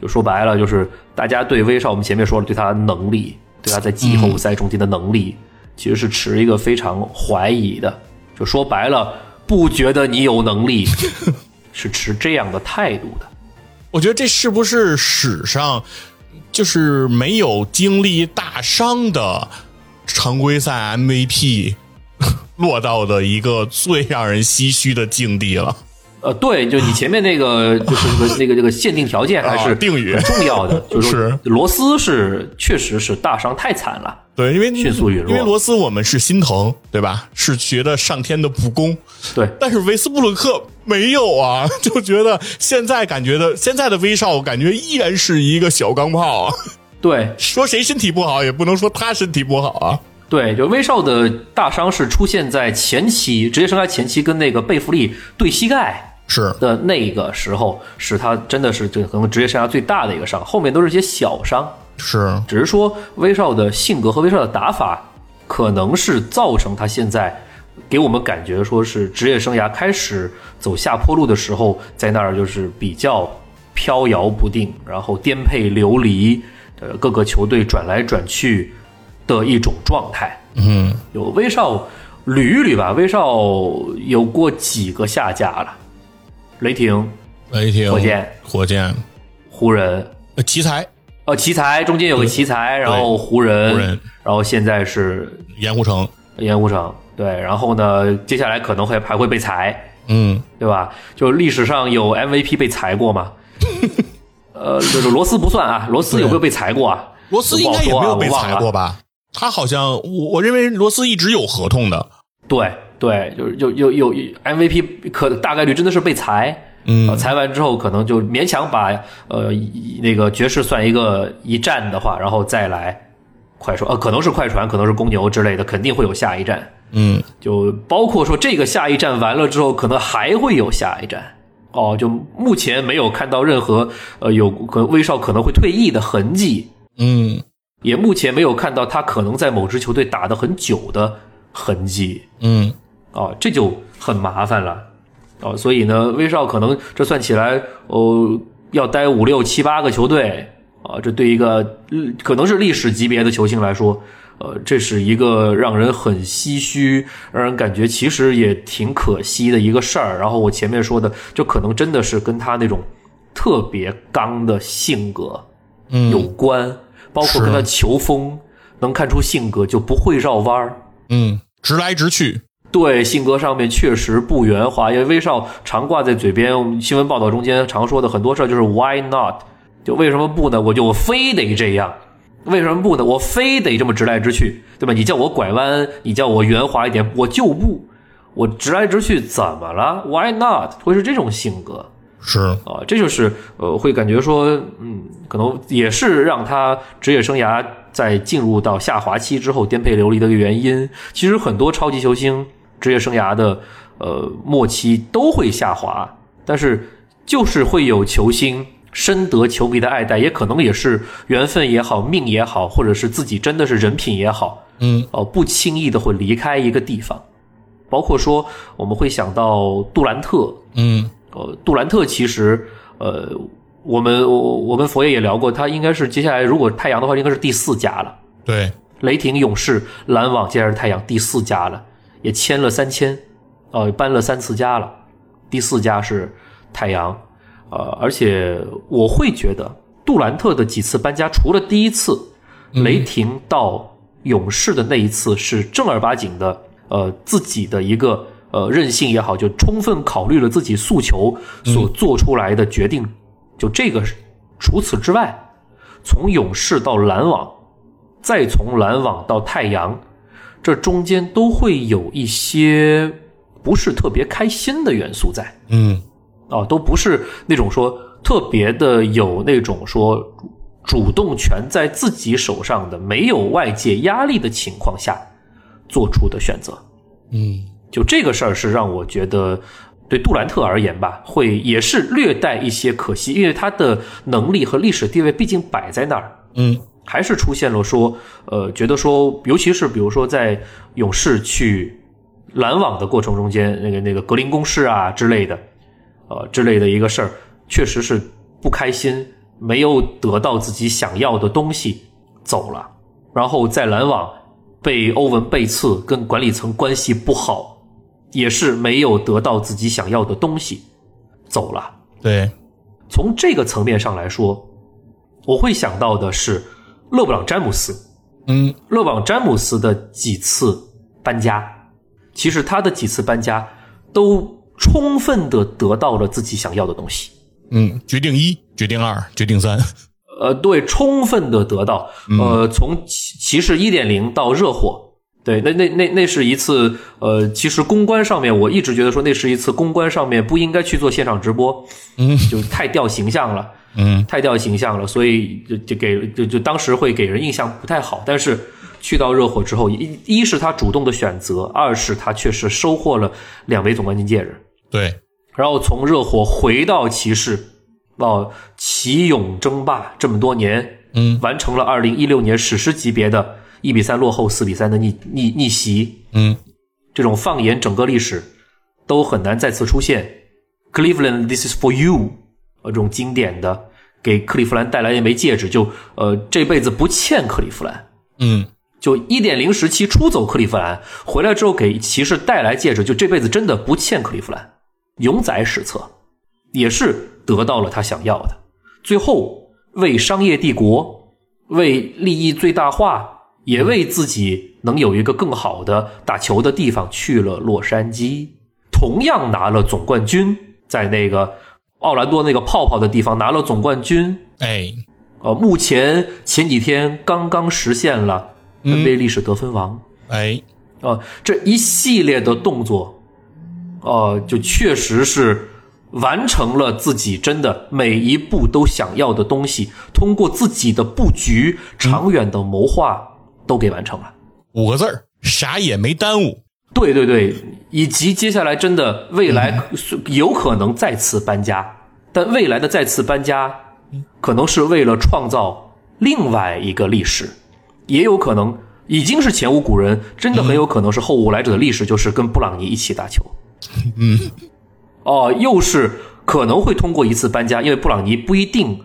[SPEAKER 2] 就说白了，就是大家对威少，我们前面说了，对他的能力，对他在季后赛中间的能力，其实是持一个非常怀疑的。就说白了，不觉得你有能力，是持这样的态度的。
[SPEAKER 1] 我觉得这是不是史上就是没有经历大伤的常规赛 MVP 落到的一个最让人唏嘘的境地了？
[SPEAKER 2] 呃，对，就你前面那个，就是那个那个这个限定条件还
[SPEAKER 1] 啊
[SPEAKER 2] 是
[SPEAKER 1] 定语
[SPEAKER 2] 很重要的，就是
[SPEAKER 1] 是
[SPEAKER 2] 说罗斯是确实是大伤太惨了，
[SPEAKER 1] 对，因为
[SPEAKER 2] 迅速陨落
[SPEAKER 1] 因为罗斯我们是心疼，对吧？是觉得上天的不公，
[SPEAKER 2] 对，
[SPEAKER 1] 但是维斯布鲁克没有啊， 就觉得现在感觉的现在的威少，感觉依然是一个小钢炮啊。
[SPEAKER 2] 对
[SPEAKER 1] 说谁身体不好，也不能说他身体不好啊。
[SPEAKER 2] 对，就威少的大伤是出现在前期，职业生涯前期跟那个贝弗利对膝盖
[SPEAKER 1] 是，
[SPEAKER 2] 的那个时候，是他真的是这可能职业生涯最大的一个伤，后面都是一些小伤，
[SPEAKER 1] 是，
[SPEAKER 2] 只是说威少的性格和威少的打法，可能是造成他现在给我们感觉说是职业生涯开始走下坡路的时候，在那儿就是比较飘摇不定，然后颠沛流离，呃，各个球队转来转去的一种状态。
[SPEAKER 1] 嗯，
[SPEAKER 2] 有威少捋一捋吧，威少有过几个下架了，雷霆、
[SPEAKER 1] 雷霆、
[SPEAKER 2] 火箭、
[SPEAKER 1] 火箭、
[SPEAKER 2] 湖人、
[SPEAKER 1] 呃奇才、
[SPEAKER 2] 呃，奇才中间有个奇才，然后湖人，
[SPEAKER 1] 湖人
[SPEAKER 2] 然后现在是
[SPEAKER 1] 盐湖城，
[SPEAKER 2] 盐湖城，对，然后呢，接下来可能会还会被裁，
[SPEAKER 1] 嗯，
[SPEAKER 2] 对吧？就历史上有 MVP 被裁过 吗？呃，就是罗斯不算啊，罗斯有没有被裁过啊？
[SPEAKER 1] 罗斯应该也
[SPEAKER 2] 不
[SPEAKER 1] 没
[SPEAKER 2] 好说啊
[SPEAKER 1] 有被裁
[SPEAKER 2] 我忘
[SPEAKER 1] 过
[SPEAKER 2] 了
[SPEAKER 1] 吧？他好像我我认为罗斯一直有合同的，
[SPEAKER 2] 对对，就是有有有有 MVP 可大概率真的是被裁。呃
[SPEAKER 1] 嗯
[SPEAKER 2] 裁完之后可能就勉强把呃一那个爵士算一个一战的话，然后再来快船，呃，可能是快船，可能是公牛之类的，肯定会有下一站。
[SPEAKER 1] 嗯，
[SPEAKER 2] 就包括说这个下一站完了之后，可能还会有下一站。哦，就目前没有看到任何呃有可能威少可能会退役的痕迹，
[SPEAKER 1] 嗯
[SPEAKER 2] 也目前没有看到他可能在某支球队打得很久的痕迹。
[SPEAKER 1] 嗯，
[SPEAKER 2] 哦，这就很麻烦了。哦，所以呢，威少可能这算起来，哦，要待五六七八个球队啊、这对一个、嗯可能是历史级别的球星来说，呃，这是一个让人很唏嘘，让人感觉其实也挺可惜的一个事儿。然后我前面说的，就可能真的是跟他那种特别刚的性格，
[SPEAKER 1] 嗯
[SPEAKER 2] 有关，包括跟他球风能看出性格，就不会绕弯儿。
[SPEAKER 1] 嗯，直来直去，
[SPEAKER 2] 对性格上面确实不圆滑，因为威少常挂在嘴边，我们新闻报道中间常说的很多事儿就是 why not，就为什么不呢？我就我非得这样，为什么不呢？我非得这么直来直去，对吧？你叫我拐弯，你叫我圆滑一点，我就不，我直来直去怎么了？why not？会是这种性格
[SPEAKER 1] 是，
[SPEAKER 2] 啊，这就是呃，会感觉说，嗯，可能也是让他职业生涯在进入到下滑期之后颠沛流离的一个原因。其实很多超级球星职业生涯的呃末期都会下滑，但是就是会有球星深得球迷的爱戴，也可能也是缘分也好，命也好，或者是自己真的是人品也好，
[SPEAKER 1] 嗯
[SPEAKER 2] 哦、不轻易的会离开一个地方。包括说，我们会想到杜兰特，
[SPEAKER 1] 嗯
[SPEAKER 2] 呃，杜兰特其实，呃，我们我我跟佛爷也聊过，他应该是接下来如果太阳的话，应该是第四家了。
[SPEAKER 1] 对，
[SPEAKER 2] 雷霆、勇士、篮网，接下来是太阳第四家了，也签了三千，呃，搬了三次家了，第四家是太阳，呃，而且我会觉得杜兰特的几次搬家，除了第一次雷霆到勇士的那一次是正儿八经的，呃，自己的一个呃任性也好，就充分考虑了自己诉求所做出来的决定，就这个是，除此之外，从勇士到篮网。再从篮网到太阳，这中间都会有一些不是特别开心的元素在
[SPEAKER 1] 嗯
[SPEAKER 2] 啊，都不是那种说特别的有那种说主动权在自己手上的，没有外界压力的情况下，做出的选择。
[SPEAKER 1] 嗯
[SPEAKER 2] 就这个事儿是让我觉得，对杜兰特而言吧，会也是略带一些可惜，因为他的能力和历史地位毕竟摆在那儿，
[SPEAKER 1] 嗯
[SPEAKER 2] 还是出现了说，呃，觉得说，尤其是比如说在勇士去拦网的过程中间，那个那个格林公式啊之类的，呃之类的一个事儿，确实是不开心，没有得到自己想要的东西，走了，然后在篮网被欧文背刺，跟管理层关系不好，也是没有得到自己想要的东西，走了。
[SPEAKER 1] 对，
[SPEAKER 2] 从这个层面上来说，我会想到的是勒布朗·詹姆斯。
[SPEAKER 1] 嗯
[SPEAKER 2] 勒布朗·詹姆斯的几次搬家，其实他的几次搬家都充分的得到了自己想要的东西。
[SPEAKER 1] 嗯，决定一，决定二，决定三，
[SPEAKER 2] 呃，对，充分的得到，呃，从骑骑士一点零到热火，对，那那那那是一次，呃，其实公关上面我一直觉得说那是一次公关上面不应该去做现场直播，
[SPEAKER 1] 嗯，
[SPEAKER 2] 就是太掉形象了，
[SPEAKER 1] 嗯，
[SPEAKER 2] 太掉形象了，所以就就给就就当时会给人印象不太好，但是。去到热火之后，一一是他主动的选择，二是他确实收获了两枚总冠军戒指。
[SPEAKER 1] 对，
[SPEAKER 2] 然后从热火回到骑士，哦，骑勇争霸这么多年，
[SPEAKER 1] 嗯，
[SPEAKER 2] 完成了二零一六年史诗级别的一比三落后四比三的逆逆逆袭，
[SPEAKER 1] 嗯
[SPEAKER 2] 这种放眼整个历史都很难再次出现。Cleveland，this is for you，呃，这种经典的给克利夫兰带来一枚戒指，就呃这辈子不欠克利夫兰。
[SPEAKER 1] 嗯
[SPEAKER 2] 就一点零时期出走克利夫兰，回来之后给骑士带来戒指，就这辈子真的不欠克利夫兰，永载史册，也是得到了他想要的。最后为商业帝国，为利益最大化，也为自己能有一个更好的打球的地方去了洛杉矶，同样拿了总冠军，在那个奥兰多那个泡泡的地方拿了总冠军，
[SPEAKER 1] 哎，
[SPEAKER 2] 呃，目前前几天刚刚实现了 NBA 历史得分王，
[SPEAKER 1] 哎，
[SPEAKER 2] 啊，这一系列的动作，呃，就确实是完成了自己真的每一步都想要的东西，通过自己的布局、长远的谋划都给完成了。
[SPEAKER 1] 五个字儿，啥也没耽误。
[SPEAKER 2] 对对对，以及接下来真的未来有可能再次搬家，但未来的再次搬家，可能是为了创造另外一个历史，也有可能已经是前无古人，真的很有可能是后无来者的历史，就是跟布朗尼一起打球。嗯，哦，又是可能会通过一次搬家，因为布朗尼不一定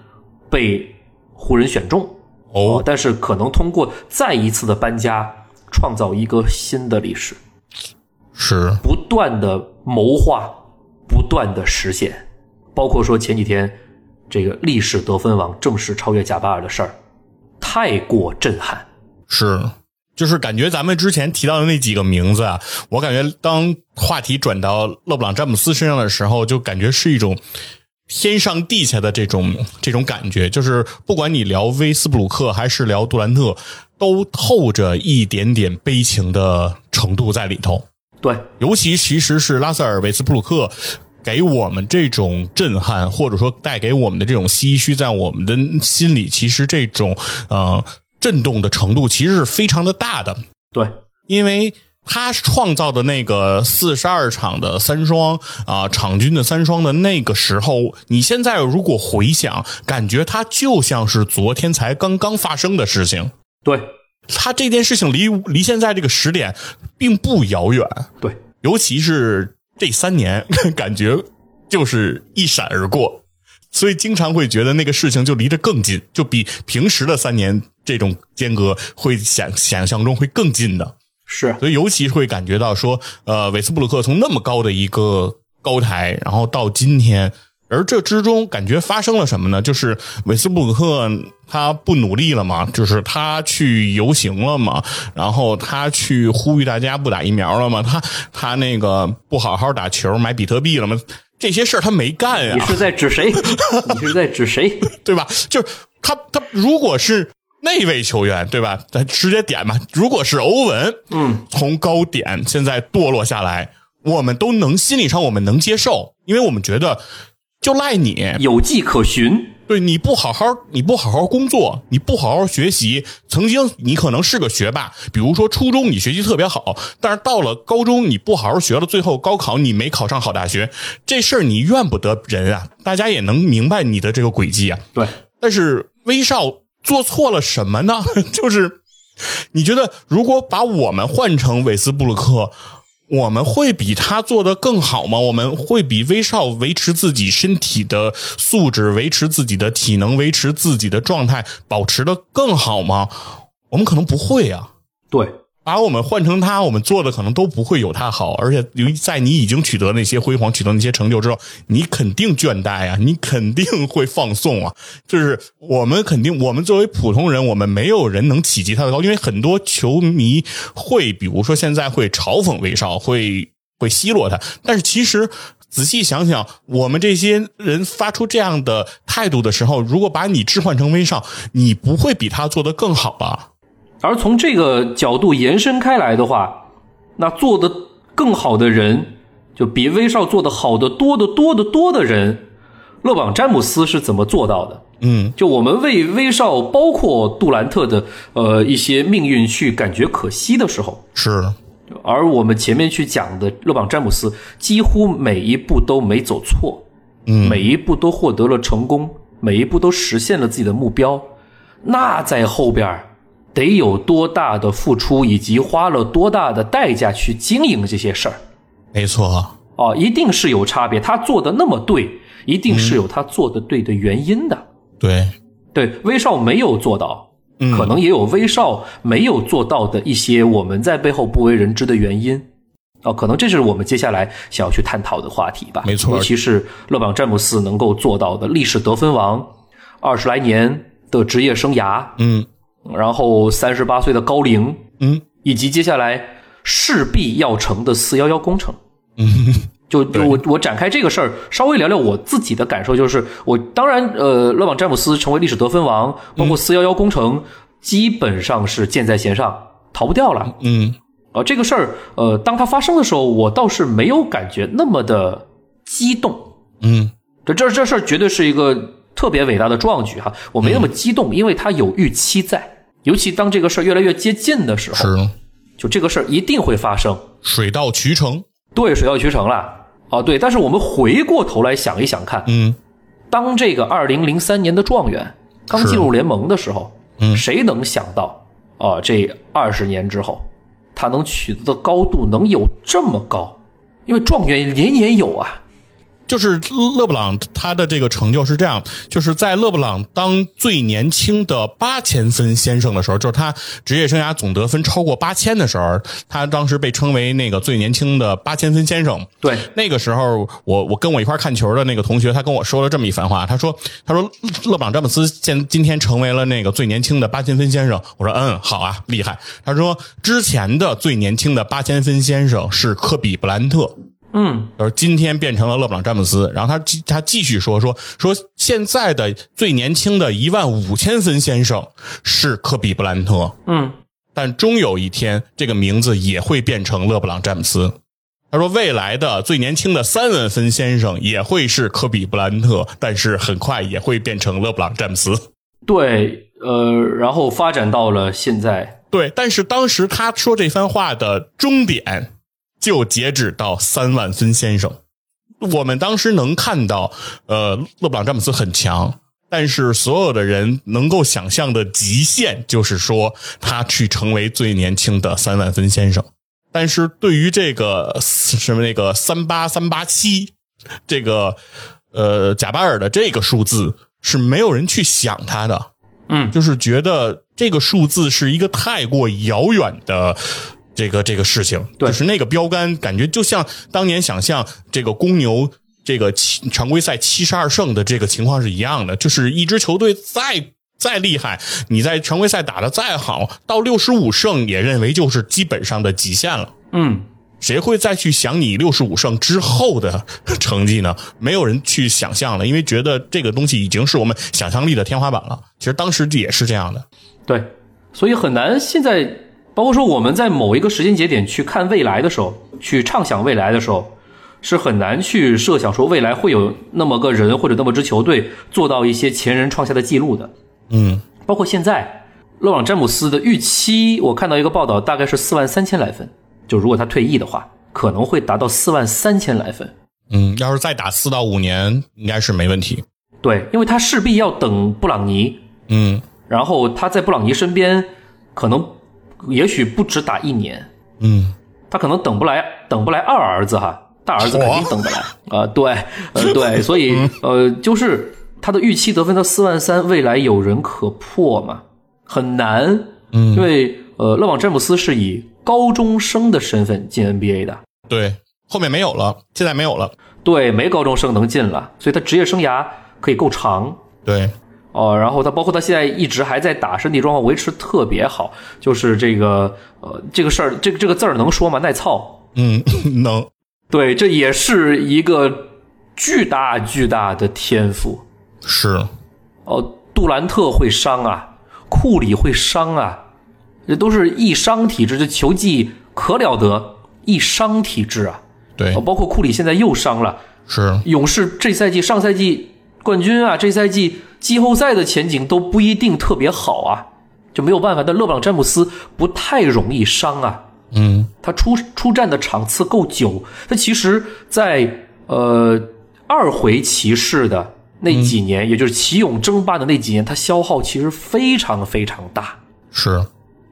[SPEAKER 2] 被湖人选中
[SPEAKER 1] 哦，
[SPEAKER 2] 但是可能通过再一次的搬家，创造一个新的历史。
[SPEAKER 1] 是，
[SPEAKER 2] 不断的谋划，不断的实现，包括说前几天这个历史得分王正式超越贾巴尔的事儿，太过震撼。
[SPEAKER 1] 是，就是感觉咱们之前提到的那几个名字啊，我感觉当话题转到勒布朗詹姆斯身上的时候，就感觉是一种天上地下的这种这种感觉，就是不管你聊威斯布鲁克还是聊杜兰特，都透着一点点悲情的程度在里头。
[SPEAKER 2] 对，
[SPEAKER 1] 尤其其实是拉塞尔·韦斯布鲁克给我们这种震撼，或者说带给我们的这种唏嘘，在我们的心里，其实这种呃震动的程度其实是非常的大的，
[SPEAKER 2] 对，
[SPEAKER 1] 因为。他创造的那个四十二场的三双啊、场均的三双的那个时候，你现在如果回想，感觉它就像是昨天才刚刚发生的事情。
[SPEAKER 2] 对，
[SPEAKER 1] 他这件事情离离现在这个时点并不遥远，
[SPEAKER 2] 对，
[SPEAKER 1] 尤其是这三年， 感觉就是一闪而过，所以经常会觉得那个事情就离得更近，就比平时的三年这种间隔会想想象中会更近的，
[SPEAKER 2] 是啊
[SPEAKER 1] 所以尤其会感觉到说，呃，韦斯布鲁克从那么高的一个高台，然后到今天。而这之中，感觉发生了什么呢？就是韦斯布鲁克他不努力了嘛，就是他去游行了嘛，然后他去呼吁大家不打疫苗了嘛，他他那个不好好打球买比特币了嘛，这些事儿他没干啊呀。
[SPEAKER 2] 你是在指谁？你是在指谁？
[SPEAKER 1] 对吧？就是他他如果是那位球员，对吧？咱直接点吧。如果是欧文，
[SPEAKER 2] 嗯，
[SPEAKER 1] 从高点现在堕落下来，我们都能心理上我们能接受，因为我们觉得就赖你，
[SPEAKER 2] 有迹可循。
[SPEAKER 1] 对你不好好，你不好好工作，你不好好学习，曾经你可能是个学霸，比如说初中你学习特别好，但是到了高中你不好好学了，最后高考你没考上好大学，这事儿你怨不得人啊，大家也能明白你的这个轨迹啊。
[SPEAKER 2] 对，
[SPEAKER 1] 但是威少做错了什么呢？ 就是你觉得如果把我们换成韦斯布鲁克，我们会比他做的更好吗？我们会比威少维持自己身体的素质、维持自己的体能、维持自己的状态，保持的更好吗？我们可能不会啊。
[SPEAKER 2] 对，
[SPEAKER 1] 把我们换成他，我们做的可能都不会有他好。而且，由于在你已经取得那些辉煌、取得那些成就之后，你肯定倦怠呀、 你肯定会放纵啊。就是我们肯定，我们作为普通人，我们没有人能企及他的高，因为很多球迷会，比如说现在会嘲讽威少，会会奚落他，但是其实。仔细想想，我们这些人发出这样的态度的时候，如果把你置换成威少，你不会比他做得更好啊。
[SPEAKER 2] 而从这个角度延伸开来的话，那做的更好的人，就比威少做的好的多的多的多的人，勒布朗詹姆斯是怎么做到的？
[SPEAKER 1] 嗯，
[SPEAKER 2] 就我们为威少，包括杜兰特的呃一些命运去感觉可惜的时候，
[SPEAKER 1] 是，
[SPEAKER 2] 而我们前面去讲的勒布朗詹姆斯，几乎每一步都没走错，
[SPEAKER 1] 嗯
[SPEAKER 2] 每一步都获得了成功，每一步都实现了自己的目标，那在后边儿得有多大的付出，以及花了多大的代价去经营这些事儿
[SPEAKER 1] 没错。
[SPEAKER 2] 啊，一定是有差别。他做的那么对，一定是有他做的对的原因的。
[SPEAKER 1] 对，
[SPEAKER 2] 对，威少没有做到，
[SPEAKER 1] 嗯
[SPEAKER 2] 可能也有威少没有做到的一些我们在背后不为人知的原因。哦，可能这是我们接下来想要去探讨的话题吧。
[SPEAKER 1] 没错
[SPEAKER 2] 尤其是勒布朗詹姆斯能够做到的历史得分王，二十来年的职业生涯，
[SPEAKER 1] 嗯
[SPEAKER 2] 然后三十八岁的高龄，
[SPEAKER 1] 嗯，
[SPEAKER 2] 以及接下来势必要成的“四幺幺”工程。嗯，就就我我展开这个事儿，稍微聊聊我自己的感受，就是我当然呃，勒布朗詹姆斯成为历史得分王，包括“四幺幺”工程，基本上是箭在弦上，逃不掉了。
[SPEAKER 1] 嗯，
[SPEAKER 2] 啊，这个事儿呃，当它发生的时候，我倒是没有感觉那么的激动。
[SPEAKER 1] 嗯，
[SPEAKER 2] 这这这事儿绝对是一个特别伟大的壮举哈，啊我没那么激动，因为它有预期在。尤其当这个事儿越来越接近的时候，
[SPEAKER 1] 是
[SPEAKER 2] 就这个事儿一定会发生，
[SPEAKER 1] 水到渠成。
[SPEAKER 2] 对，水到渠成了。啊，对，但是我们回过头来想一想看，
[SPEAKER 1] 嗯
[SPEAKER 2] 当这个二零零三年的状元刚
[SPEAKER 1] 是
[SPEAKER 2] 进入联盟的时候，
[SPEAKER 1] 嗯
[SPEAKER 2] 谁能想到啊，这二十年之后，他能取得的高度能有这么高？因为状元年年有啊，
[SPEAKER 1] 就是勒布朗他的这个成就是这样，就是在勒布朗当最年轻的八千分先生的时候，就是他职业生涯总得分超过八千的时候，他当时被称为那个最年轻的八千分先生。
[SPEAKER 2] 对，
[SPEAKER 1] 那个时候，我我跟我一块儿看球的那个同学，他跟我说了这么一番话，他说他说勒布朗詹姆斯现今天成为了那个最年轻的八千分先生。我说嗯，好啊，厉害。他说之前的最年轻的八千分先生是科比布兰特。
[SPEAKER 2] 嗯，
[SPEAKER 1] 而今天变成了勒布朗詹姆斯，然后他继他继续说说说现在的最年轻的一万五千分先生是科比布兰特，
[SPEAKER 2] 嗯，
[SPEAKER 1] 但终有一天这个名字也会变成勒布朗詹姆斯。他说，未来的最年轻的三万分先生也会是科比布兰特，但是很快也会变成勒布朗詹姆斯。
[SPEAKER 2] 对，呃，然后发展到了现在，
[SPEAKER 1] 对，但是当时他说这番话的终点就截止到三万分先生。我们当时能看到，呃，勒布朗詹姆斯很强，但是所有的人能够想象的极限就是说，他去成为最年轻的三万分先生。但是对于这个什么那个三八三八七，这个呃贾巴尔的这个数字是没有人去想他的，
[SPEAKER 2] 嗯，
[SPEAKER 1] 就是觉得这个数字是一个太过遥远的。这个这个事情，
[SPEAKER 2] 对
[SPEAKER 1] 就是那个标杆，感觉就像当年想象这个公牛这个七常规赛七十二胜的这个情况是一样的，就是一支球队再再厉害，你在常规赛打得再好，到六十五胜也认为就是基本上的极限了。
[SPEAKER 2] 嗯，
[SPEAKER 1] 谁会再去想你六十五胜之后的 成绩呢？没有人去想象了，因为觉得这个东西已经是我们想象力的天花板了。其实当时也是这样的，
[SPEAKER 2] 对，所以很难现在，包括说我们在某一个时间节点去看未来的时候，去畅想未来的时候，是很难去设想说未来会有那么个人或者那么支球队做到一些前人创下的记录的。
[SPEAKER 1] 嗯，
[SPEAKER 2] 包括现在，勒布朗·詹姆斯的预期，我看到一个报道，大概是四万三千来分。就如果他退役的话，可能会达到四万三千来分。
[SPEAKER 1] 嗯，要是再打四到五年，应该是没问题。
[SPEAKER 2] 对，因为他势必要等布朗尼，
[SPEAKER 1] 嗯
[SPEAKER 2] 然后他在布朗尼身边，可能也许不止打一年，
[SPEAKER 1] 嗯，
[SPEAKER 2] 他可能等不来，等不来二儿子哈，大儿子肯定等不来啊、呃对，呃，对，所以呃，就是他的预期得分到四万三，未来有人可破吗？很难，
[SPEAKER 1] 嗯
[SPEAKER 2] 因为呃，勒网詹姆斯是以高中生的身份进 NBA 的，
[SPEAKER 1] 对，后面没有了，现在没有了。
[SPEAKER 2] 对，没高中生能进了，所以他职业生涯可以够长，
[SPEAKER 1] 对，
[SPEAKER 2] 哦，然后他包括他现在一直还在打，身体状况维持特别好，就是这个呃这个事儿，这个这个字儿能说吗？耐操，
[SPEAKER 1] 嗯， 能，
[SPEAKER 2] 对，这也是一个巨大巨大的天赋。
[SPEAKER 1] 是，
[SPEAKER 2] 哦，杜兰特会伤啊，库里会伤啊，这都是易伤体质，这球技可了得，易伤体质啊。
[SPEAKER 1] 对
[SPEAKER 2] 哦，，包括库里现在又伤了，
[SPEAKER 1] 是，
[SPEAKER 2] 勇士这赛季、上赛季冠军啊，这赛季季后赛的前景都不一定特别好啊，就没有办法。但勒布朗·詹姆斯不太容易伤啊，
[SPEAKER 1] 嗯
[SPEAKER 2] 他出出战的场次够久。他其实在，呃二回骑士的那几年，也就是骑勇争霸的那几年，他消耗其实非常非常大。
[SPEAKER 1] 是，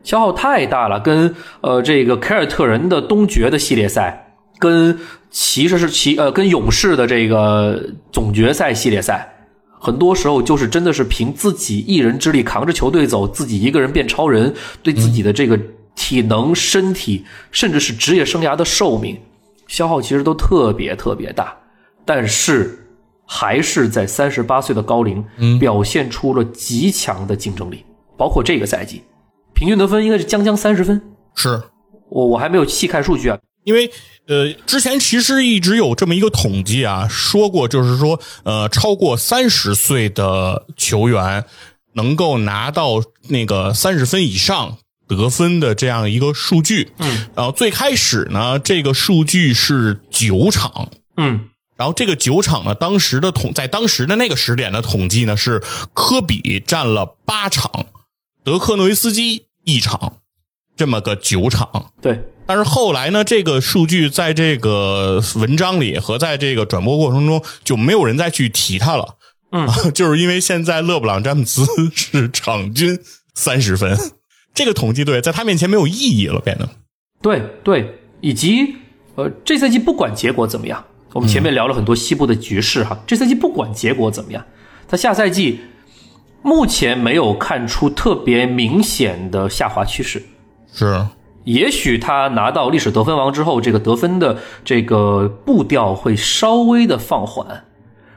[SPEAKER 2] 消耗太大了，跟呃这个凯尔特人的东决的系列赛，跟骑士是骑呃跟勇士的这个总决赛系列赛，很多时候就是真的是凭自己一人之力扛着球队走，自己一个人变超人，对自己的这个体能、身体，甚至是职业生涯的寿命消耗，其实都特别特别大，但是。还是在三十八岁的高龄，表现出了极强的竞争力，包括这个赛季，平均得分应该是将将三十分。
[SPEAKER 1] 是，
[SPEAKER 2] 我我还没有细看数据啊，
[SPEAKER 1] 因为呃，之前其实一直有这么一个统计啊，说过就是说，呃，超过三十岁的球员能够拿到那个三十分以上。得分的这样一个数据，嗯，然后最开始呢，这个数据是九场，
[SPEAKER 2] 嗯，
[SPEAKER 1] 然后这个酒厂呢，当时的统在当时的那个时点的统计呢，是科比占了八场，德克诺维斯基一场，这么个酒厂。
[SPEAKER 2] 对，
[SPEAKER 1] 但是后来呢，这个数据在这个文章里和在这个转播过程中就没有人再去提他了。
[SPEAKER 2] 嗯，
[SPEAKER 1] 就是因为现在勒布朗詹姆斯是场均三十分，这个统计对在他面前没有意义了，变得
[SPEAKER 2] 对对，以及呃，这赛季不管结果怎么样，我们前面聊了很多西部的局势哈，这赛季不管结果怎么样，他下赛季目前没有看出特别明显的下滑趋势。
[SPEAKER 1] 是
[SPEAKER 2] 也许他拿到历史得分王之后，这个得分的这个步调会稍微的放缓。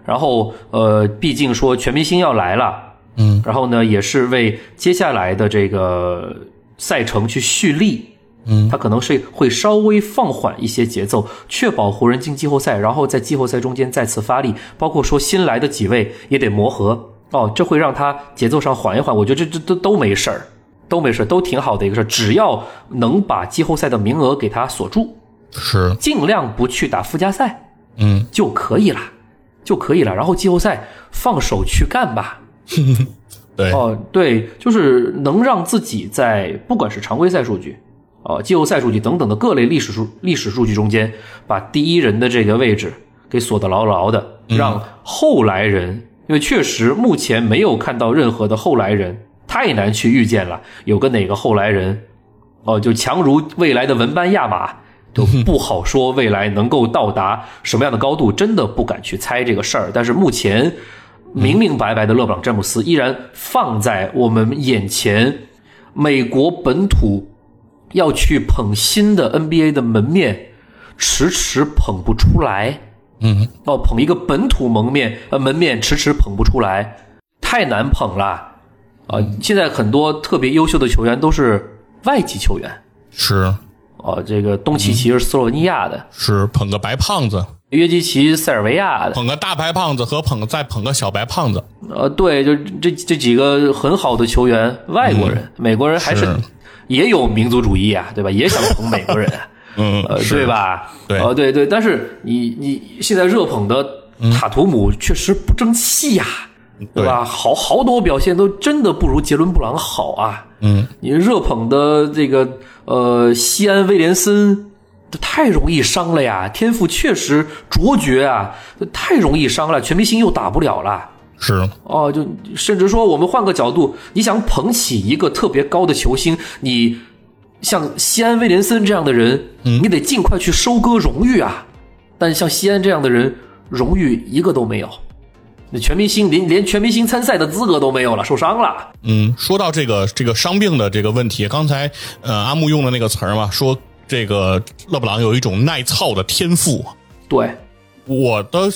[SPEAKER 2] 然后，呃，毕竟说全明星要来了，
[SPEAKER 1] 嗯，
[SPEAKER 2] 然后呢，也是为接下来的这个赛程去蓄力，
[SPEAKER 1] 嗯，
[SPEAKER 2] 他可能是会稍微放缓一些节奏，确保湖人进季后赛，然后在季后赛中间再次发力，包括说新来的几位也得磨合，哦，这会让他节奏上缓一缓，我觉得这这这都没事儿，都没事儿，都挺好的一个事儿，只要能把季后赛的名额给他锁住，
[SPEAKER 1] 是，
[SPEAKER 2] 尽量不去打附加赛，
[SPEAKER 1] 嗯
[SPEAKER 2] 就可以了，就可以了。然后季后赛放手去干吧。
[SPEAKER 1] 对
[SPEAKER 2] 哦、对，就是能让自己在不管是常规赛数据、哦季后赛数据等等的各类历史数历史数据中间，把第一人的这个位置给锁得牢牢的，
[SPEAKER 1] 嗯
[SPEAKER 2] 让后来人，因为确实目前没有看到任何的后来人，太难去预见了，有个哪个后来人哦，就强如未来的文班亚马，都不好说未来能够到达什么样的高度，真的不敢去猜这个事儿。但是目前明明白白的勒布朗詹姆斯依然放在我们眼前，美国本土要去捧新的 NBA 的门面，迟迟捧不出来。
[SPEAKER 1] 嗯
[SPEAKER 2] 哦，捧一个本土蒙面呃门面，迟迟捧不出来，太难捧了啊、现在很多特别优秀的球员都是外籍球员。
[SPEAKER 1] 是
[SPEAKER 2] 哦，这个东契奇是斯洛文尼亚的，
[SPEAKER 1] 是捧个白胖子，
[SPEAKER 2] 约基奇塞尔维亚的，
[SPEAKER 1] 捧个大白胖子和捧再捧个小白胖子，
[SPEAKER 2] 呃，对，就这这几个很好的球员，外国人，美国人还是
[SPEAKER 1] 是
[SPEAKER 2] 也有民族主义啊，对吧？也想捧美国人啊，
[SPEAKER 1] 嗯
[SPEAKER 2] 呃，
[SPEAKER 1] 是
[SPEAKER 2] 对吧？
[SPEAKER 1] 对
[SPEAKER 2] 呃，对对，但是你你现在热捧的
[SPEAKER 1] 嗯
[SPEAKER 2] 塔图姆确实不争气呀、对吧？好好多表现都真的不如杰伦布朗好啊。
[SPEAKER 1] 嗯，
[SPEAKER 2] 你热捧的这个呃西安威廉森，这太容易伤了呀，天赋确实卓绝啊，这太容易伤了，全明星又打不了了。
[SPEAKER 1] 是，
[SPEAKER 2] 哦，就甚至说我们换个角度，你想捧起一个特别高的球星，你像西安威廉森这样的人，你得尽快去收割荣誉啊。但像西安这样的人，荣誉一个都没有，你全明星连连全明星参赛的资格都没有了，受伤了。
[SPEAKER 1] 嗯，说到这个这个伤病的这个问题，刚才呃阿木用的那个词儿嘛，说这个勒布朗有一种耐操的天赋。
[SPEAKER 2] 对，
[SPEAKER 1] 我的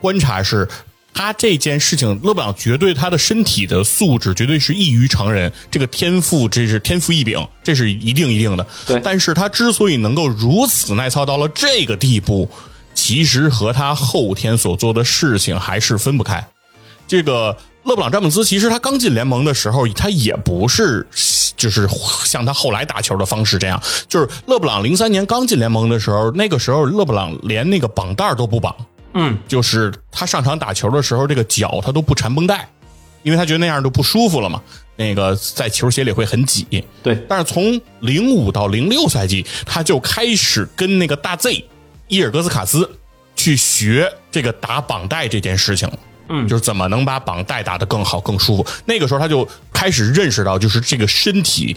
[SPEAKER 1] 观察是，他这件事情，勒布朗绝对他的身体的素质绝对是异于常人，这个天赋这是天赋异禀，这是一定一定的。
[SPEAKER 2] 对
[SPEAKER 1] 但是他之所以能够如此耐操到了这个地步，其实和他后天所做的事情还是分不开。这个勒布朗·詹姆斯，其实他刚进联盟的时候，他也不是就是像他后来打球的方式这样，就是勒布朗零三年刚进联盟的时候，那个时候勒布朗连那个绑带儿都不绑，
[SPEAKER 2] 嗯，
[SPEAKER 1] 就是他上场打球的时候，这个脚他都不缠绷带，因为他觉得那样就不舒服了嘛。那个在球鞋里会很挤，
[SPEAKER 2] 对，
[SPEAKER 1] 但是从零五到零六赛季，他就开始跟那个大 Z 伊尔戈斯卡斯去学这个打绑带这件事情了。
[SPEAKER 2] 嗯
[SPEAKER 1] 就是怎么能把绑带打得更好、更舒服。那个时候他就开始认识到，就是这个身体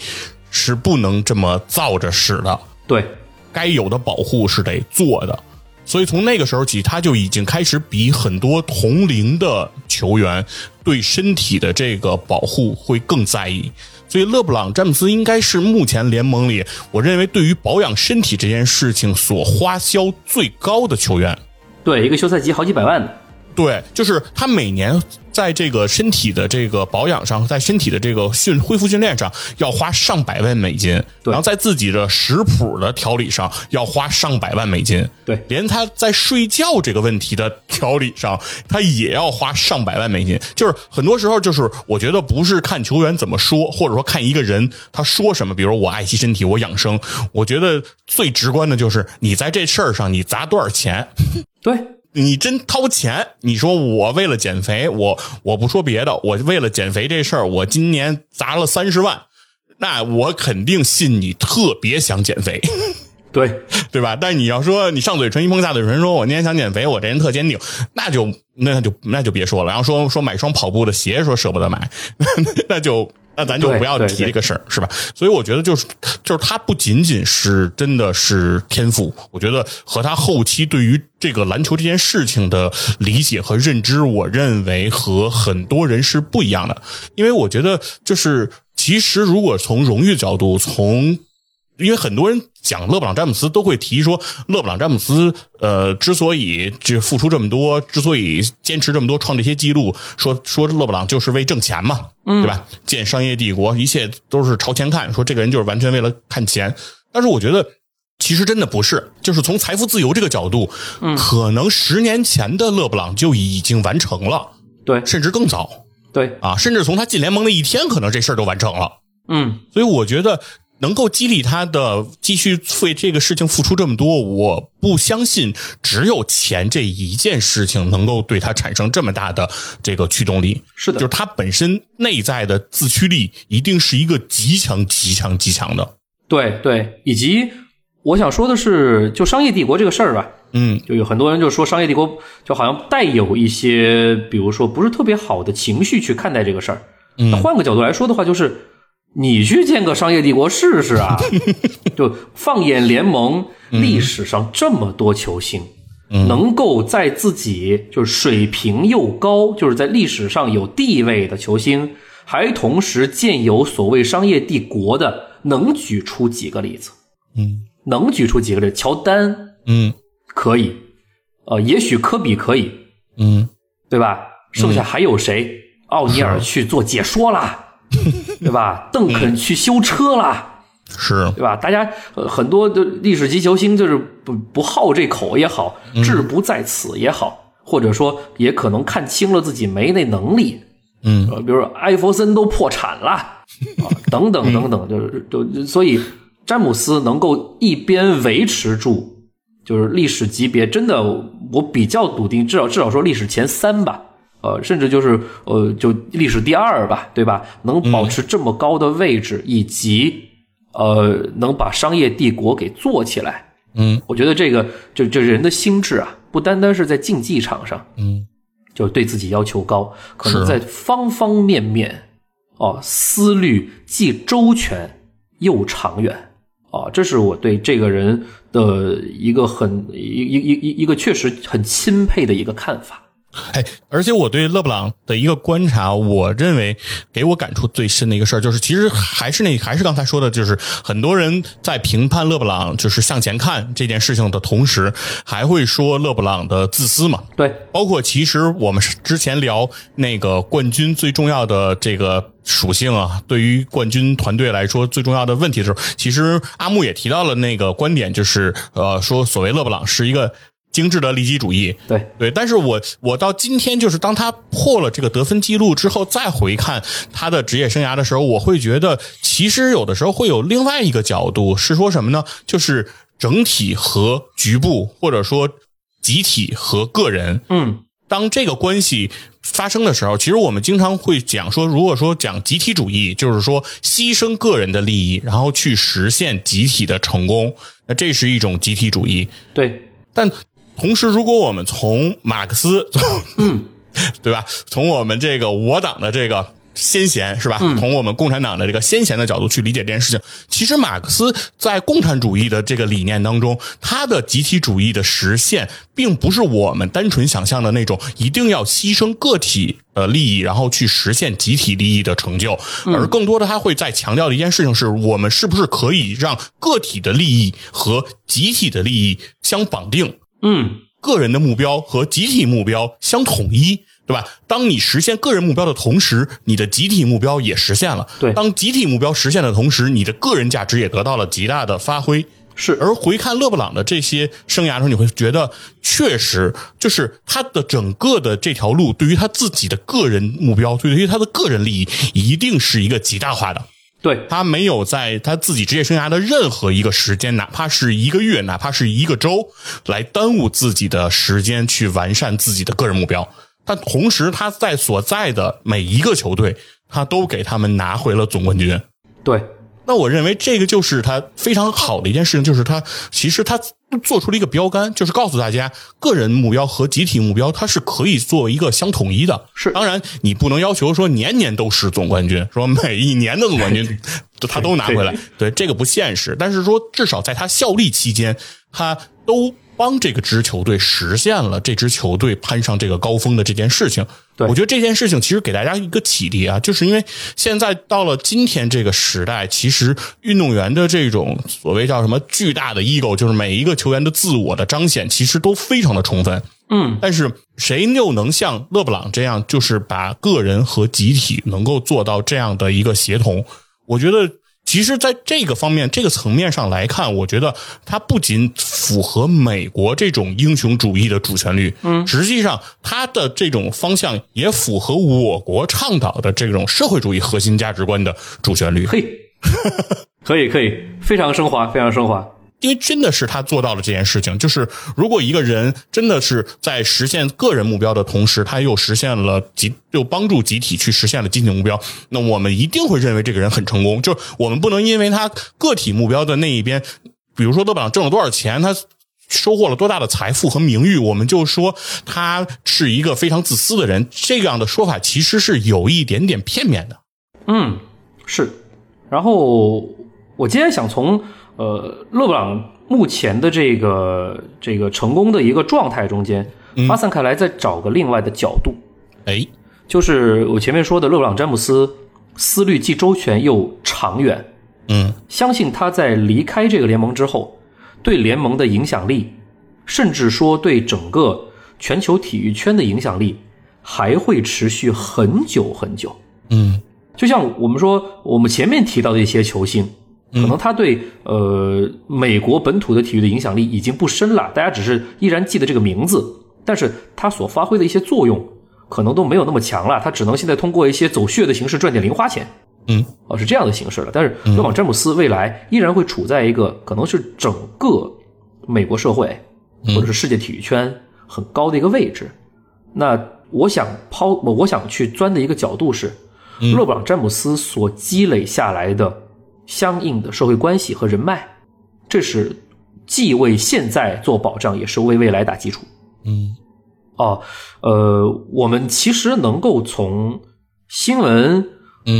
[SPEAKER 1] 是不能这么造着使的，
[SPEAKER 2] 对，
[SPEAKER 1] 该有的保护是得做的。所以从那个时候起，他就已经开始比很多同龄的球员对身体的这个保护会更在意。所以勒布朗·詹姆斯应该是目前联盟里，我认为对于保养身体这件事情所花销最高的球员。
[SPEAKER 2] 对，一个休赛期好几百万呢。
[SPEAKER 1] 对，就是他每年在这个身体的这个保养上，在身体的这个训恢复训练上，要花上百万美金，
[SPEAKER 2] 对
[SPEAKER 1] 然后在自己的食谱的调理上要花上百万美金，
[SPEAKER 2] 对
[SPEAKER 1] 连他在睡觉这个问题的调理上，他也要花上百万美金。就是很多时候，就是我觉得不是看球员怎么说，或者说看一个人他说什么，比如我爱惜身体，我养生，我觉得最直观的就是你在这事儿上你砸多少钱。
[SPEAKER 2] 对，
[SPEAKER 1] 你真掏钱，你说我为了减肥，我我不说别的，我为了减肥这事儿，我今年砸了三十万，那我肯定信你特别想减肥，
[SPEAKER 2] 对，
[SPEAKER 1] 对吧？但是你要说你上嘴唇一碰下嘴唇，说我今年想减肥，我这人特坚定，那就那就那就别说了。然后说说买双跑步的鞋，说舍不得买， 那就那咱就
[SPEAKER 2] 对
[SPEAKER 1] 不要
[SPEAKER 2] 对
[SPEAKER 1] 提
[SPEAKER 2] 对
[SPEAKER 1] 这个事儿，是吧？所以我觉得就是就是他不仅仅是真的是天赋，我觉得和他后期对于这个篮球这件事情的理解和认知，我认为和很多人是不一样的。因为我觉得就是其实如果从荣誉角度，从因为很多人讲勒布朗詹姆斯都会提说，勒布朗詹姆斯呃之所以这付出这么多，之所以坚持这么多创这些记录，说说勒布朗就是为挣钱嘛，对吧？建商业帝国，一切都是朝前看，说这个人就是完全为了看钱。但是我觉得其实真的不是，就是从财富自由这个角度，可能十年前的勒布朗就已经完成了，
[SPEAKER 2] 对，
[SPEAKER 1] 甚至更早
[SPEAKER 2] 对，
[SPEAKER 1] 啊，甚至从他进联盟那一天，可能这事儿就完成了。
[SPEAKER 2] 嗯，
[SPEAKER 1] 所以我觉得能够激励他的继续为这个事情付出这么多，我不相信只有钱这一件事情能够对他产生这么大的这个驱动力。
[SPEAKER 2] 是的
[SPEAKER 1] 就是他本身内在的自驱力一定是一个极强、极强、极强的。
[SPEAKER 2] 对对，以及我想说的是，就商业帝国这个事儿吧，
[SPEAKER 1] 嗯，
[SPEAKER 2] 就有很多人就说商业帝国就好像带有一些，比如说不是特别好的情绪去看待这个事儿。那换个角度来说的话，就是你去建个商业帝国试试啊！就放眼联盟历史上这么多球星，能够在自己就是水平又高，就是在历史上有地位的球星，还同时建有所谓商业帝国的，能举出几个例子？
[SPEAKER 1] 嗯，
[SPEAKER 2] 能举出几个例子？乔丹，
[SPEAKER 1] 嗯
[SPEAKER 2] 可以，呃，也许科比可以，
[SPEAKER 1] 嗯，
[SPEAKER 2] 对吧？剩下还有谁？奥尼尔去做解说啦，对吧？邓肯去修车啦，
[SPEAKER 1] 是，
[SPEAKER 2] 对吧？大家、呃、很多的历史级球星就是不不好这口也好，志不在此也好，或者说也可能看清了自己没那能力，
[SPEAKER 1] 嗯
[SPEAKER 2] 呃，比如说艾弗森都破产了，啊，等等等等，就是就就所以詹姆斯能够一边维持住，就是历史级别，真的我比较笃定，至少至少说历史前三吧，呃，甚至就是呃，就历史第二吧，对吧？能保持这么高的位置，以及呃，能把商业帝国给做起来，
[SPEAKER 1] 嗯，
[SPEAKER 2] 我觉得这个就就人的心智啊，不单单是在竞技场上，
[SPEAKER 1] 嗯，
[SPEAKER 2] 就对自己要求高，可能
[SPEAKER 1] 是
[SPEAKER 2] 在方方面面哦，思虑既周全又长远哦，这是我对这个人的一个很一一一一一个确实很钦佩的一个看法。
[SPEAKER 1] 哎，而且我对勒布朗的一个观察，我认为给我感触最深的一个事儿，就是其实还是那还是刚才说的，就是很多人在评判勒布朗就是向前看这件事情的同时，还会说勒布朗的自私嘛。
[SPEAKER 2] 对，
[SPEAKER 1] 包括其实我们之前聊那个冠军最重要的这个属性啊，对于冠军团队来说最重要的问题的时候，其实阿木也提到了那个观点，就是呃，说所谓勒布朗是一个精致的利己主义，
[SPEAKER 2] 对，
[SPEAKER 1] 对，但是我我到今天就是当他破了这个得分记录之后，再回看他的职业生涯的时候，我会觉得其实有的时候会有另外一个角度，是说什么呢？就是整体和局部，或者说集体和个人，
[SPEAKER 2] 嗯，
[SPEAKER 1] 当这个关系发生的时候，其实我们经常会讲说，如果说讲集体主义，就是说牺牲个人的利益，然后去实现集体的成功，那这是一种集体主义。
[SPEAKER 2] 对，
[SPEAKER 1] 但同时，如果我们从马克思， 对吧？从我们这个我党的这个先贤是吧？从我们共产党的这个先贤的角度去理解这件事情，其实马克思在共产主义的这个理念当中，他的集体主义的实现，并不是我们单纯想象的那种一定要牺牲个体。的利益，然后去实现集体利益的成就，而更多的他会在强调的一件事情是，我们是不是可以让个体的利益和集体的利益相绑定？
[SPEAKER 2] 嗯，
[SPEAKER 1] 个人的目标和集体目标相统一，对吧？当你实现个人目标的同时，你的集体目标也实现了。
[SPEAKER 2] 对
[SPEAKER 1] 当集体目标实现的同时，你的个人价值也得到了极大的发挥。
[SPEAKER 2] 是
[SPEAKER 1] 而回看勒布朗的这些生涯的时候，你会觉得确实就是他的整个的这条路，对于他自己的个人目标，对于他的个人利益，一定是一个极大化的。
[SPEAKER 2] 对，
[SPEAKER 1] 他没有在他自己职业生涯的任何一个时间，哪怕是一个月，哪怕是一个周，来耽误自己的时间去完善自己的个人目标。但同时，他在所在的每一个球队，他都给他们拿回了总冠军。
[SPEAKER 2] 对，
[SPEAKER 1] 那我认为这个就是他非常好的一件事情，就是他其实他做出了一个标杆，就是告诉大家个人目标和集体目标它是可以做一个相统一的。
[SPEAKER 2] 是
[SPEAKER 1] 当然你不能要求说年年都是总冠军，说每一年的总冠军 他都拿回来，对这个不现实。但是说至少在他效力期间，他都帮这个支球队实现了这支球队攀上这个高峰的这件事情。
[SPEAKER 2] 对
[SPEAKER 1] 我觉得这件事情其实给大家一个启迪啊，就是因为现在到了今天这个时代，其实运动员的这种所谓叫什么巨大的 ego，就是每一个球员的自我的彰显，其实都非常的充分。
[SPEAKER 2] 嗯，
[SPEAKER 1] 但是谁又能像勒布朗这样，就是把个人和集体能够做到这样的一个协同？我觉得，其实在这个方面、这个层面上来看，我觉得他不仅符合美国这种英雄主义的主旋律，嗯，实际上他的这种方向也符合我国倡导的这种社会主义核心价值观的主旋律。
[SPEAKER 2] 嘿，可以，可以，非常升华，非常升华。
[SPEAKER 1] 因为真的是他做到了这件事情。就是如果一个人真的是在实现个人目标的同时，他又实现了集，又帮助集体去实现了集体目标，那我们一定会认为这个人很成功。就是我们不能因为他个体目标的那一边，比如说勒布朗挣了多少钱，他。收获了多大的财富和名誉，我们就说他是一个非常自私的人。这样的说法其实是有一点点片面的。
[SPEAKER 2] 嗯，是。然后我今天想从呃勒布朗目前的这个这个成功的一个状态中间发散开来，再找个另外的角度，
[SPEAKER 1] 哎，
[SPEAKER 2] 就是我前面说的勒布朗詹姆斯思虑既周全又长远，
[SPEAKER 1] 嗯，
[SPEAKER 2] 相信他在离开这个联盟之后，对联盟的影响力，甚至说对整个全球体育圈的影响力，还会持续很久很久。
[SPEAKER 1] 嗯，
[SPEAKER 2] 就像我们说，我们前面提到的一些球星，可能他对呃美国本土的体育的影响力已经不深了，大家只是依然记得这个名字，但是他所发挥的一些作用，可能都没有那么强了。他只能现在通过一些走穴的形式赚点零花钱。
[SPEAKER 1] 嗯，
[SPEAKER 2] 啊，是这样的形式了。但是勒广詹姆斯未来依然会处在一个可能是整个美国社会或者是世界体育圈很高的一个位置。那我想抛，我我想去钻的一个角度是，勒布朗詹姆斯所积累下来的相应的社会关系和人脉，这是既为现在做保障，也是为未来打基础。
[SPEAKER 1] 嗯
[SPEAKER 2] 哦，呃，我们其实能够从新闻、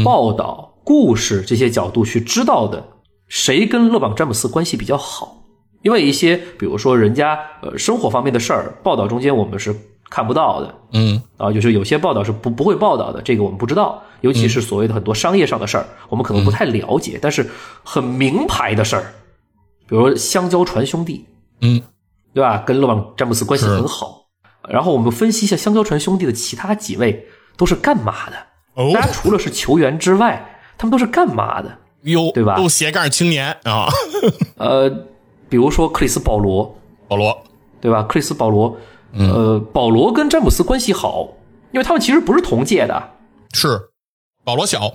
[SPEAKER 2] 报道、故事这些角度去知道的，谁跟勒布朗·詹姆斯关系比较好，因为一些比如说人家呃生活方面的事儿，报道中间我们是看不到的
[SPEAKER 1] 嗯
[SPEAKER 2] 啊，就是有些报道是不不会报道的，这个我们不知道，尤其是所谓的很多商业上的事儿，我们可能不太了解，但是很明牌的事儿，比如说香蕉船兄弟，
[SPEAKER 1] 嗯
[SPEAKER 2] 对吧？跟勒布朗·詹姆斯关系
[SPEAKER 1] 是
[SPEAKER 2] 很好。然后我们分析一下香蕉船兄弟的其他几位都是干嘛的？
[SPEAKER 1] 哦
[SPEAKER 2] 大家除了是球员之外，他们都是干嘛的？
[SPEAKER 1] 哟，
[SPEAKER 2] 对吧
[SPEAKER 1] 都斜杠青年啊，
[SPEAKER 2] 呃，比如说克里斯·保罗，
[SPEAKER 1] 保罗，
[SPEAKER 2] 对吧？克里斯·保罗，
[SPEAKER 1] 嗯
[SPEAKER 2] 呃，保罗跟詹姆斯关系好，因为他们其实不是同届的，
[SPEAKER 1] 是保罗小，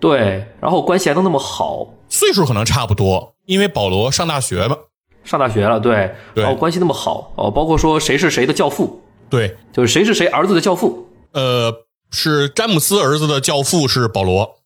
[SPEAKER 2] 对，然后关系还能那么好，
[SPEAKER 1] 岁数可能差不多，因为保罗上大学嘛。
[SPEAKER 2] 上大学了，对，
[SPEAKER 1] 对
[SPEAKER 2] 然后关系那么好，哦，包括说谁是谁的教父，
[SPEAKER 1] 对，
[SPEAKER 2] 就是谁是谁儿子的教父，
[SPEAKER 1] 呃，是詹姆斯儿子的教父是保罗，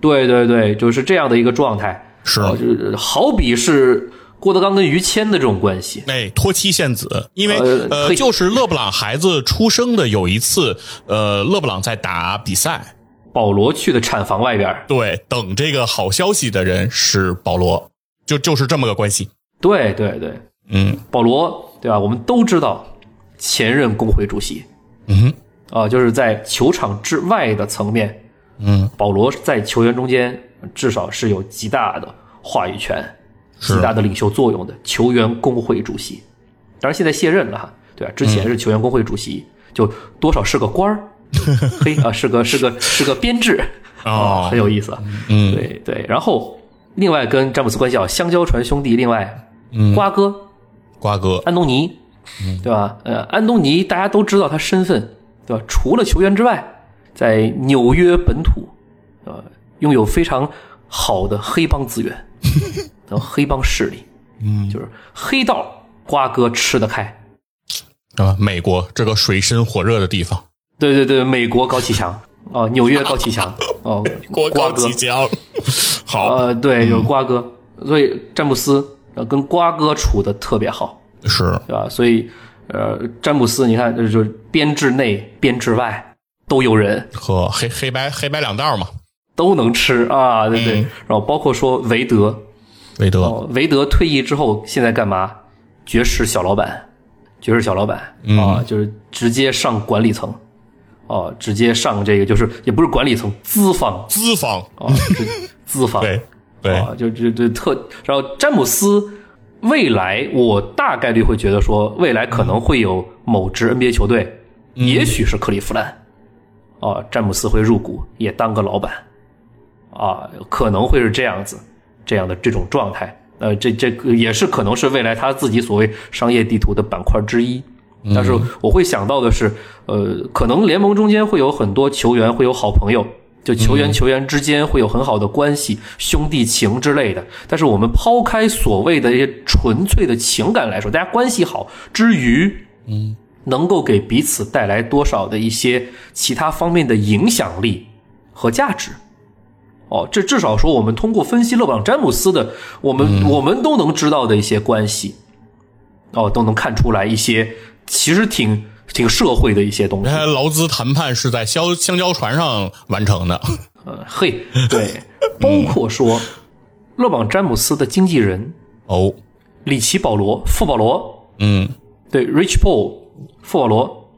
[SPEAKER 2] 对对对，就是这样的一个状态。
[SPEAKER 1] 是
[SPEAKER 2] 哦，就是好比是郭德纲跟于谦的这种关系。
[SPEAKER 1] 哎，托妻献子，因为
[SPEAKER 2] 呃
[SPEAKER 1] 呃，
[SPEAKER 2] 嘿
[SPEAKER 1] 就是勒布朗孩子出生的有一次，呃，勒布朗在打比赛，
[SPEAKER 2] 保罗去的产房外边儿，
[SPEAKER 1] 对，等这个好消息的人是保罗，就就是这么个关系。
[SPEAKER 2] 对对对，
[SPEAKER 1] 嗯
[SPEAKER 2] 保罗对吧？我们都知道，前任工会主席
[SPEAKER 1] 嗯
[SPEAKER 2] 啊、就是在球场之外的层面，
[SPEAKER 1] 嗯，
[SPEAKER 2] 保罗在球员中间至少是有极大的话语权、
[SPEAKER 1] 是
[SPEAKER 2] 极大的领袖作用的球员工会主席。当然现在卸任了哈，对啊吧、之前是球员工会主席，就多少是个 官儿，嘿啊，是个是个是个编制
[SPEAKER 1] 哦
[SPEAKER 2] 很有意思啊。
[SPEAKER 1] 嗯
[SPEAKER 2] 对对。然后另外跟詹姆斯关系好，香蕉船兄弟，另外瓜哥、
[SPEAKER 1] 瓜哥，
[SPEAKER 2] 安东尼，对吧？呃，安东尼大家都知道他身份，对吧？除了球员之外，在纽约本土，呃，拥有非常好的黑帮资源，然后黑帮势力，嗯，就是黑道瓜哥吃得开。
[SPEAKER 1] 啊，美国这个水深火热的地方，
[SPEAKER 2] 对对对，美国高启强哦，纽约高启强哦，
[SPEAKER 1] 国
[SPEAKER 2] 瓜
[SPEAKER 1] 高
[SPEAKER 2] 哥
[SPEAKER 1] 即将。 好，嗯
[SPEAKER 2] 呃，对，有瓜哥，所以詹姆斯呃跟瓜哥处的特别好，
[SPEAKER 1] 是
[SPEAKER 2] 对吧？所以呃，詹姆斯你看呃就是就是编制内编制外都有人，
[SPEAKER 1] 和黑黑白黑白两道嘛。
[SPEAKER 2] 都能吃啊，对不对？
[SPEAKER 1] 嗯
[SPEAKER 2] 然后包括说韦德，
[SPEAKER 1] 韦德，
[SPEAKER 2] 哦，韦德退役之后现在干嘛？爵士小老板，爵士小老板
[SPEAKER 1] 嗯
[SPEAKER 2] 啊，就是直接上管理层。哦，直接上这个就是也不是管理层，资方
[SPEAKER 1] 资方，
[SPEAKER 2] 啊，这资方
[SPEAKER 1] 对对，
[SPEAKER 2] 啊，就就就特，然后詹姆斯未来，我大概率会觉得说，未来可能会有某支 NBA 球队，也许是克利夫兰，啊，詹姆斯会入股，也当个老板，啊，可能会是这样子，这样的这种状态，呃，这这个也是可能是未来他自己所谓商业地图的板块之一。但是我会想到的是，呃，可能联盟中间会有很多球员会有好朋友，就球员球员之间会有很好的关系、兄弟情之类的。但是我们抛开所谓的一些纯粹的情感来说，大家关系好之余，能够给彼此带来多少的一些其他方面的影响力和价值。哦，这至少说我们通过分析勒布朗詹姆斯的，我们、我们都能知道的一些关系，哦，都能看出来一些其实挺挺社会的一些东西。
[SPEAKER 1] 他劳资谈判是在香香蕉船上完成的。
[SPEAKER 2] 呃，嘿，对，包括说勒布朗詹姆斯的经纪人
[SPEAKER 1] 哦，
[SPEAKER 2] 里奇保罗、富保罗，
[SPEAKER 1] 嗯
[SPEAKER 2] 对，Rich Paul，富保罗，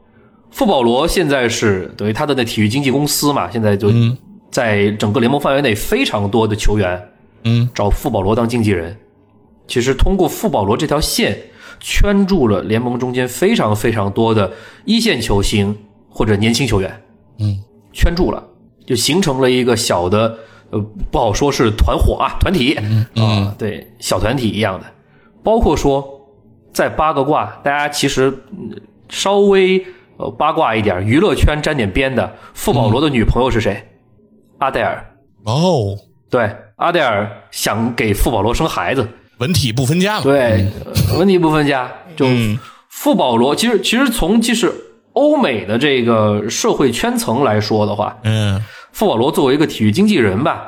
[SPEAKER 2] 富保罗现在是等于他的那体育经纪公司嘛，现在就在整个联盟范围内非常多的球员
[SPEAKER 1] 嗯，
[SPEAKER 2] 找富保罗当经纪人。其实通过富保罗这条线，圈住了联盟中间非常非常多的一线球星或者年轻球员，
[SPEAKER 1] 嗯，
[SPEAKER 2] 圈住了，就形成了一个小的，呃，不好说是团伙啊，团体，啊，对，小团体一样的。包括说，在八个卦，大家其实嗯稍微呃八卦一点，娱乐圈沾点边的，富保罗的女朋友是谁？阿黛尔，
[SPEAKER 1] 哦，
[SPEAKER 2] 对，阿黛尔想给傅保罗生孩子，
[SPEAKER 1] 文体不分家嘛，
[SPEAKER 2] 对，呃问题不分家。就傅保罗，其实其实从即使欧美的这个社会圈层来说的话，
[SPEAKER 1] 嗯
[SPEAKER 2] 傅保罗作为一个体育经纪人吧，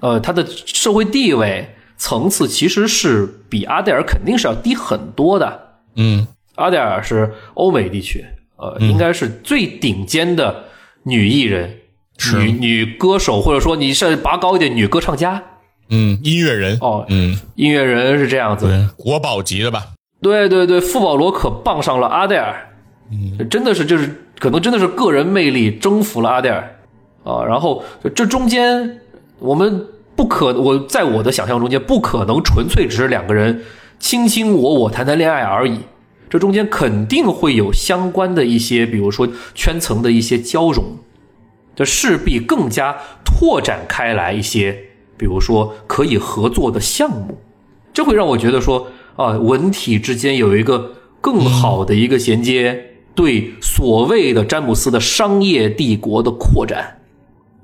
[SPEAKER 2] 呃，他的社会地位层次其实是比阿黛尔肯定是要低很多的。
[SPEAKER 1] 嗯
[SPEAKER 2] 阿黛尔是欧美地区，呃，应该是最顶尖的女艺人、女女歌手，或者说你是拔高一点，女歌唱家
[SPEAKER 1] 嗯，音乐人，
[SPEAKER 2] 哦，
[SPEAKER 1] 嗯，
[SPEAKER 2] 音乐人是这样子。
[SPEAKER 1] 对，国宝级的吧，
[SPEAKER 2] 对对对，傅保罗可傍上了阿黛尔，嗯，真的是就是可能真的是个人魅力征服了阿黛尔啊。然后这中间我们不可，我在我的想象中间不可能纯粹只是两个人卿卿我我谈谈恋爱而已，这中间肯定会有相关的一些，比如说圈层的一些交融，这势必更加拓展开来一些，比如说可以合作的项目。这会让我觉得说啊，文体之间有一个更好的一个衔接，对所谓的詹姆斯的商业帝国的扩展，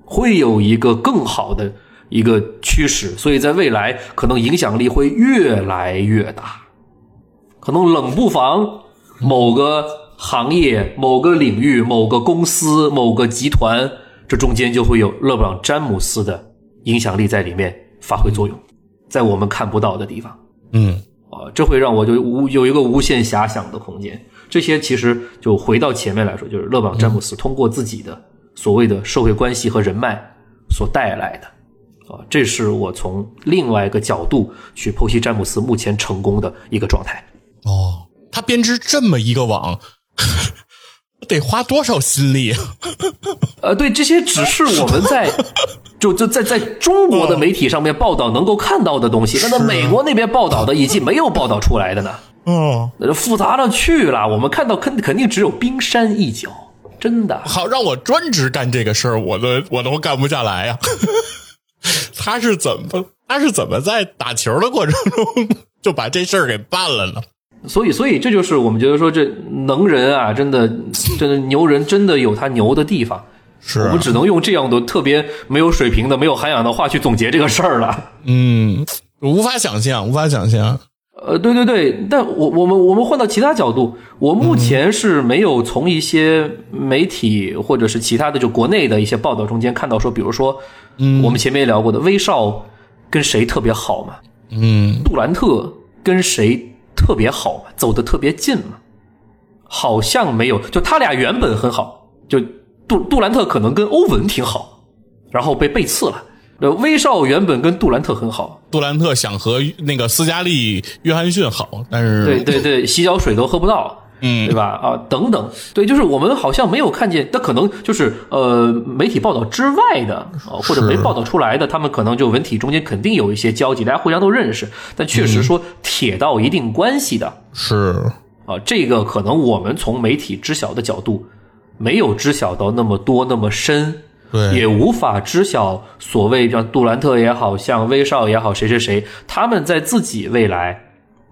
[SPEAKER 2] 会有一个更好的一个趋势，所以在未来可能影响力会越来越大，可能冷不防某个行业、某个领域、某个公司、某个集团，这中间就会有勒布朗·詹姆斯的影响力在里面发挥作用。在我们看不到的地方
[SPEAKER 1] 嗯
[SPEAKER 2] 啊，这会让我就无有一个无限遐想的空间。这些其实就回到前面来说，就是勒布朗·詹姆斯通过自己的所谓的社会关系和人脉所带来的啊，这是我从另外一个角度去剖析詹姆斯目前成功的一个状态。
[SPEAKER 1] 哦，他编织这么一个网， 得花多少心力啊？
[SPEAKER 2] 呃，对，这些只是我们在就就在在中国的媒体上面报道能够看到的东西，那在美国那边报道的以及没有报道出来的呢？
[SPEAKER 1] 哦，
[SPEAKER 2] 呃复杂了去了。我们看到肯肯定只有冰山一角，真的。
[SPEAKER 1] 好，让我专职干这个事儿，我都我都干不下来呀、 他是怎么他是怎么在打球的过程中 就把这事儿给办了呢？
[SPEAKER 2] 所以，所以这就是我们觉得说，这能人啊，真的，真的牛人，真的有他牛的地方。
[SPEAKER 1] 是
[SPEAKER 2] 我
[SPEAKER 1] 啊
[SPEAKER 2] 们只能用这样的特别没有水平的、没有涵养的话去总结这个事儿了。
[SPEAKER 1] 嗯，无法想象，无法想象。
[SPEAKER 2] 呃，对对对，但我我们我们换到其他角度，我目
[SPEAKER 1] 嗯
[SPEAKER 2] 前是没有从一些媒体或者是其他的就国内的一些报道中间看到说，比如说，嗯，我们前面也聊过的威少跟谁特别好嘛，
[SPEAKER 1] 嗯
[SPEAKER 2] 杜兰特跟谁特别好嘛，走得特别近嘛，好像没有，就他俩原本很好，就杜杜兰特可能跟欧文挺好，然后被背刺了。呃，威少原本跟杜兰特很好，
[SPEAKER 1] 杜兰特想和那个斯嘉丽·约翰逊好，但是
[SPEAKER 2] 对对对，洗脚水都喝不到，
[SPEAKER 1] 嗯
[SPEAKER 2] 对吧？啊，等等，对，就是我们好像没有看见，那可能就是呃，媒体报道之外的，啊、或者
[SPEAKER 1] 是
[SPEAKER 2] 没报道出来的，他们可能就文体中间肯定有一些交集，大家互相都认识，但确
[SPEAKER 1] 嗯
[SPEAKER 2] 实说铁到一定关系的，
[SPEAKER 1] 是
[SPEAKER 2] 啊，这个可能我们从媒体知晓的角度，没有知晓到那么多那么深，
[SPEAKER 1] 对
[SPEAKER 2] 也无法知晓所谓像杜兰特也好像威少也好，谁谁谁，他们在自己未来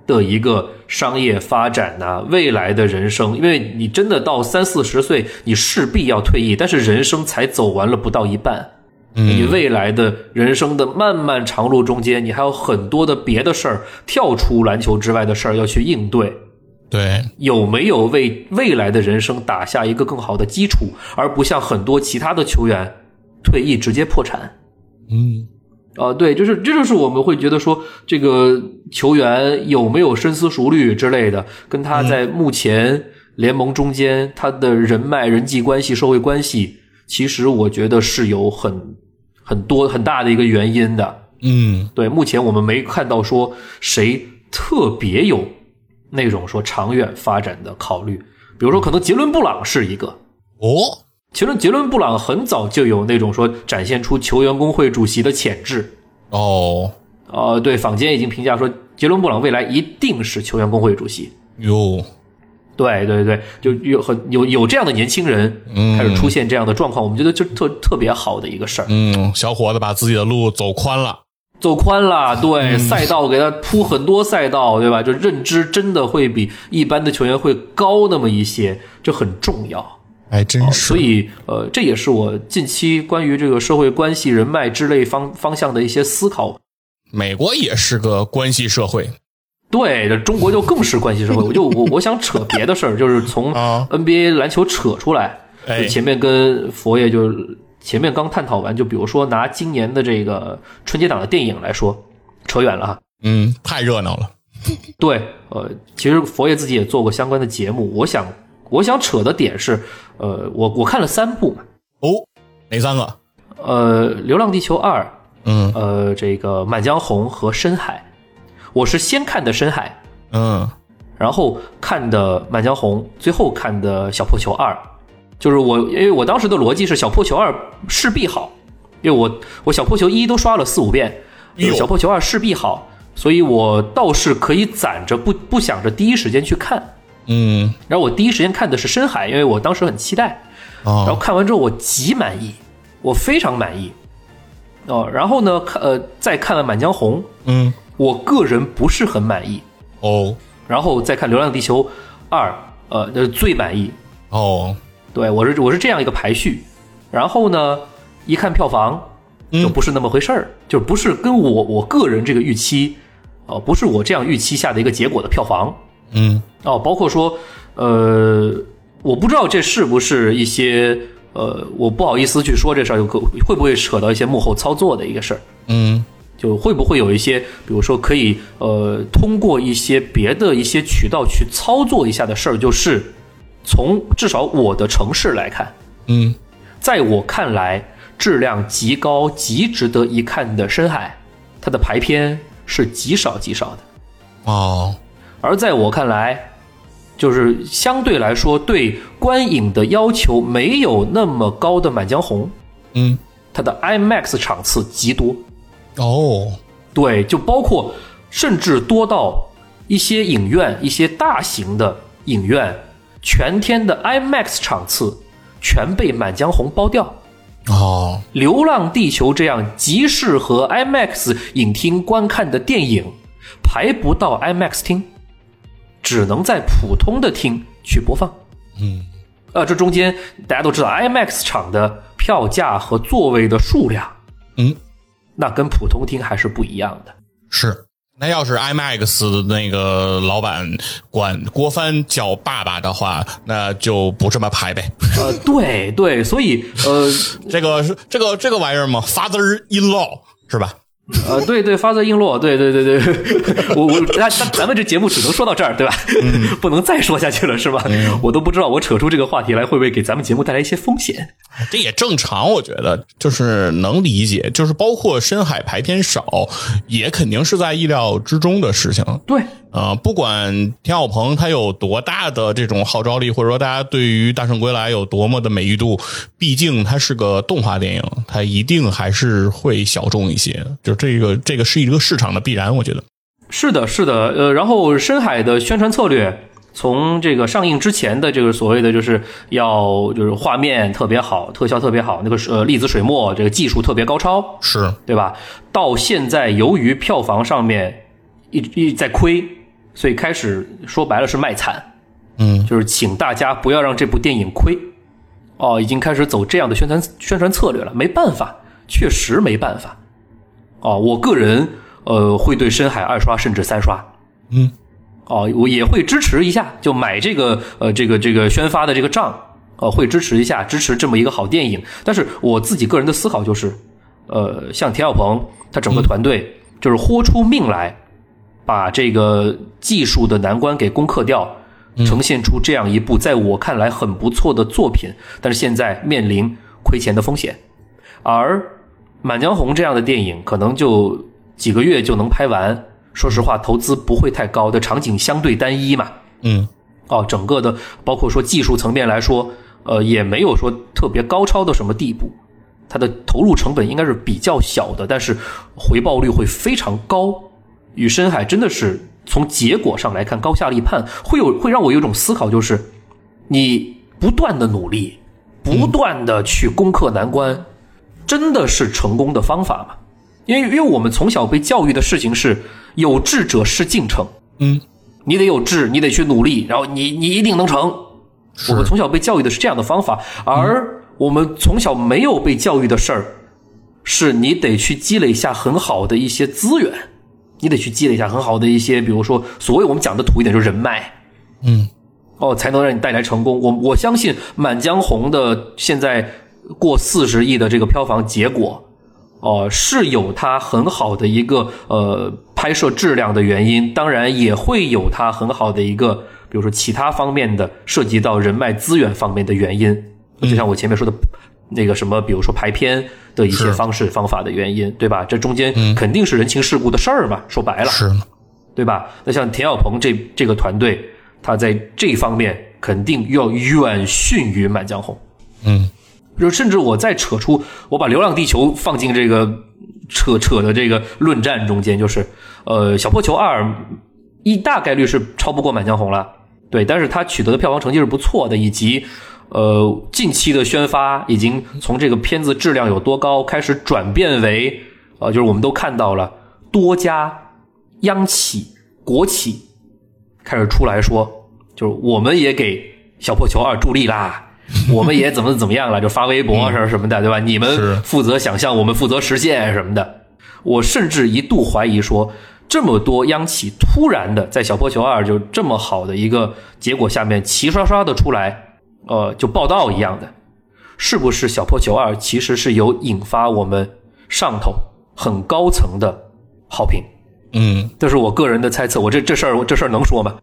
[SPEAKER 2] 的一个商业发展呐、未来的人生，因为你真的到三四十岁，你势必要退役，但是人生才走完了不到一半。
[SPEAKER 1] 嗯
[SPEAKER 2] 你未来的人生的漫漫长路中间，你还有很多的别的事儿，跳出篮球之外的事儿要去应对。
[SPEAKER 1] 对，
[SPEAKER 2] 有没有为未来的人生打下一个更好的基础，而不像很多其他的球员退役直接破产。
[SPEAKER 1] 嗯
[SPEAKER 2] 啊、对，就是这就是我们会觉得说，这个球员有没有深思熟虑之类的，跟他在目前联盟中间他的人脉、人际关系、社会关系，其实我觉得是有很很多很大的一个原因的。
[SPEAKER 1] 嗯
[SPEAKER 2] 对，目前我们没看到说谁特别有那种说长远发展的考虑。比如说，可能杰伦布朗是一个，
[SPEAKER 1] 哦，
[SPEAKER 2] 杰伦杰伦布朗很早就有那种说展现出球员工会主席的潜质。
[SPEAKER 1] 哦
[SPEAKER 2] 呃，对，坊间已经评价说杰伦布朗未来一定是球员工会主席。
[SPEAKER 1] 哟，
[SPEAKER 2] 对对对，就有很有有这样的年轻人
[SPEAKER 1] 嗯
[SPEAKER 2] 开始出现这样的状况，我们觉得就特特别好的一个事儿。
[SPEAKER 1] 嗯，小伙子把自己的路走宽了，
[SPEAKER 2] 走宽了，
[SPEAKER 1] 嗯
[SPEAKER 2] 对赛道给他铺很多赛道，对吧？就认知真的会比一般的球员会高那么一些，这很重要。
[SPEAKER 1] 还真是。
[SPEAKER 2] 所以呃，这也是我近期关于这个社会关系、人脉之类方方向的一些思考。
[SPEAKER 1] 美国也是个关系社会，
[SPEAKER 2] 对，这中国就更是关系社会。我就我我想扯别的事儿，就是从
[SPEAKER 1] 啊
[SPEAKER 2] NBA 篮球扯出来。
[SPEAKER 1] 哎
[SPEAKER 2] 就前面跟佛爷就前面刚探讨完，就比如说拿今年的这个春节档的电影来说，扯远了哈。
[SPEAKER 1] 嗯，太热闹了。
[SPEAKER 2] 对，呃，其实佛爷自己也做过相关的节目。我想我想扯的点是，呃，我我看了三部嘛，
[SPEAKER 1] 哦，哪三个？
[SPEAKER 2] 呃，《流浪地球二》，
[SPEAKER 1] 嗯
[SPEAKER 2] 呃，这个《满江红》和《深海》，我是先看的《深海》，
[SPEAKER 1] 嗯，
[SPEAKER 2] 然后看的《满江红》，最后看的《小破球二》，就是我，因为我当时的逻辑是《小破球二》势必好，因为我我《小破球一》都刷了四五遍，呃
[SPEAKER 1] 哎呦
[SPEAKER 2] 小破球二》势必好，所以我倒是可以攒着不不想着第一时间去看。
[SPEAKER 1] 嗯
[SPEAKER 2] 然后我第一时间看的是《深海》，因为我当时很期待，然后
[SPEAKER 1] 哦，
[SPEAKER 2] 看完之后我极满意，我非常满意。哦，然后呢，看呃，再看了《满江红》，
[SPEAKER 1] 嗯
[SPEAKER 2] 我个人不是很满意，
[SPEAKER 1] 哦
[SPEAKER 2] 然后再看《流浪地球二》，呃，那是最满意。
[SPEAKER 1] 哦，
[SPEAKER 2] 对我是我是这样一个排序，然后呢，一看票房就不是那么回事儿，就不是跟我我个人这个预期，哦、不是我这样预期下的一个结果的票房
[SPEAKER 1] 嗯
[SPEAKER 2] 哦，包括说，呃，我不知道这是不是一些呃，我不好意思去说这事儿，有可会不会扯到一些幕后操作的一个事儿。
[SPEAKER 1] 嗯
[SPEAKER 2] 就会不会有一些，比如说可以呃通过一些别的一些渠道去操作一下的事儿，就是从至少我的城市来看，
[SPEAKER 1] 嗯
[SPEAKER 2] 在我看来，质量极高、极值得一看的《深海》，它的排片是极少极少的。
[SPEAKER 1] 哦，
[SPEAKER 2] 而在我看来，就是相对来说对观影的要求没有那么高的《满江红》，
[SPEAKER 1] 嗯
[SPEAKER 2] 它的 IMAX 场次极多。
[SPEAKER 1] 哦，
[SPEAKER 2] 对，就包括甚至多到一些影院、一些大型的影院，全天的 IMAX 场次全被《满江红》包掉。
[SPEAKER 1] 哦，
[SPEAKER 2] 《流浪地球》这样极适合 IMAX 影厅观看的电影，排不到 IMAX 厅，只能在普通的厅去播放。
[SPEAKER 1] 嗯，
[SPEAKER 2] 呃，这中间大家都知道 IMAX 场的票价和座位的数量，
[SPEAKER 1] 嗯，
[SPEAKER 2] 那跟普通厅还是不一样的。
[SPEAKER 1] 是。那要是 IMAX 的那个老板管郭帆叫爸爸的话，那就不这么排呗。
[SPEAKER 2] 呃，对对，所以呃
[SPEAKER 1] 这个是这个这个玩意儿嘛，Father in law 是吧？
[SPEAKER 2] 呃，对对，发自璎珞，对对对对，我我那那咱们这节目只能说到这儿，对吧？ 不能再说下去了，是吧？我都不知道我扯出这个话题来会不会给咱们节目带来一些风险。
[SPEAKER 1] 这也正常，我觉得就是能理解，就是包括深海排片少，也肯定是在意料之中的事情。
[SPEAKER 2] 对，
[SPEAKER 1] 呃，不管田晓鹏他有多大的这种号召力，或者说大家对于《大圣归来》有多么的美誉度，毕竟它是个动画电影，它一定还是会小众一些。就这个，这个是一个市场的必然，我觉得。
[SPEAKER 2] 是的，是的，呃，然后深海的宣传策略。从这个上映之前的这个所谓的就是要就是画面特别好，特效特别好，那个呃粒子水墨这个技术特别高超，
[SPEAKER 1] 是，
[SPEAKER 2] 对吧？到现在，由于票房上面一一直在亏，所以开始说白了是卖惨，
[SPEAKER 1] 嗯
[SPEAKER 2] 就是请大家不要让这部电影亏。哦，已经开始走这样的宣传宣传策略了，没办法，确实没办法。哦，我个人呃会对《深海》二刷甚至三刷，
[SPEAKER 1] 嗯，
[SPEAKER 2] 哦，我也会支持一下，就买这个呃这个这个宣发的这个账，呃，会支持一下，支持这么一个好电影。但是我自己个人的思考就是，呃，像田晓鹏他整个团队就是豁出命来，把这个技术的难关给攻克掉，呈现出这样一部在我看来很不错的作品，但是现在面临亏钱的风险。而《满江红》这样的电影，可能就几个月就能拍完。说实话，投资不会太高的，场景相对单一嘛。
[SPEAKER 1] 嗯，
[SPEAKER 2] 哦，整个的包括说技术层面来说，呃，也没有说特别高超到什么地步。它的投入成本应该是比较小的，但是回报率会非常高。与深海真的是从结果上来看高下立判，会有会让我有一种思考，就是你不断的努力，不断的去攻克难关，真的是成功的方法吗？因为因为我们从小被教育的事情是有志者事竟成，
[SPEAKER 1] 嗯，
[SPEAKER 2] 你得有志，你得去努力，然后你你一定能成。我们从小被教育的是这样的方法，而我们从小没有被教育的事儿，是你得去积累一下很好的一些资源，你得去积累一下很好的一些，比如说所谓我们讲的土一点，就是人脉，
[SPEAKER 1] 嗯，
[SPEAKER 2] 哦，才能让你带来成功。我我相信《满江红》的现在过四十亿的这个票房结果，哦，是有它很好的一个呃拍摄质量的原因，当然也会有它很好的一个，比如说其他方面的涉及到人脉资源方面的原因，就像我前面说的。那个什么，比如说排片的一些
[SPEAKER 1] 是
[SPEAKER 2] 方式方法的原因，对吧？这中间肯定是人情世故的事儿嘛，说白了，
[SPEAKER 1] 是
[SPEAKER 2] 对吧？那像田晓鹏这这个团队，他在这方面肯定要远逊于《满江红》。
[SPEAKER 1] 嗯，
[SPEAKER 2] 就甚至我再扯出，我把《流浪地球》放进这个扯扯的这个论战中间，就是呃，《小破球二》一大概率是超不过《满江红》了，对，但是它取得的票房成绩是不错的，以及。呃，近期的宣发已经从这个片子质量有多高开始转变为，呃，就是我们都看到了多家央企、国企开始出来说，就是我们也给《小破球二》助力啦，我们也怎么怎么样了，就发微博什么什么的，对吧？你
[SPEAKER 1] 是
[SPEAKER 2] 们负责想象，我们负责实现什么的。我甚至一度怀疑说，这么多央企突然的在《小破球二》就这么好的一个结果下面，齐刷刷的出来，呃，就报道一样的，是不是《小破球二》其实是有引发我们上头很高层的好评？
[SPEAKER 1] 嗯，
[SPEAKER 2] 这是我个人的猜测，我这这事儿我这事儿能说吗？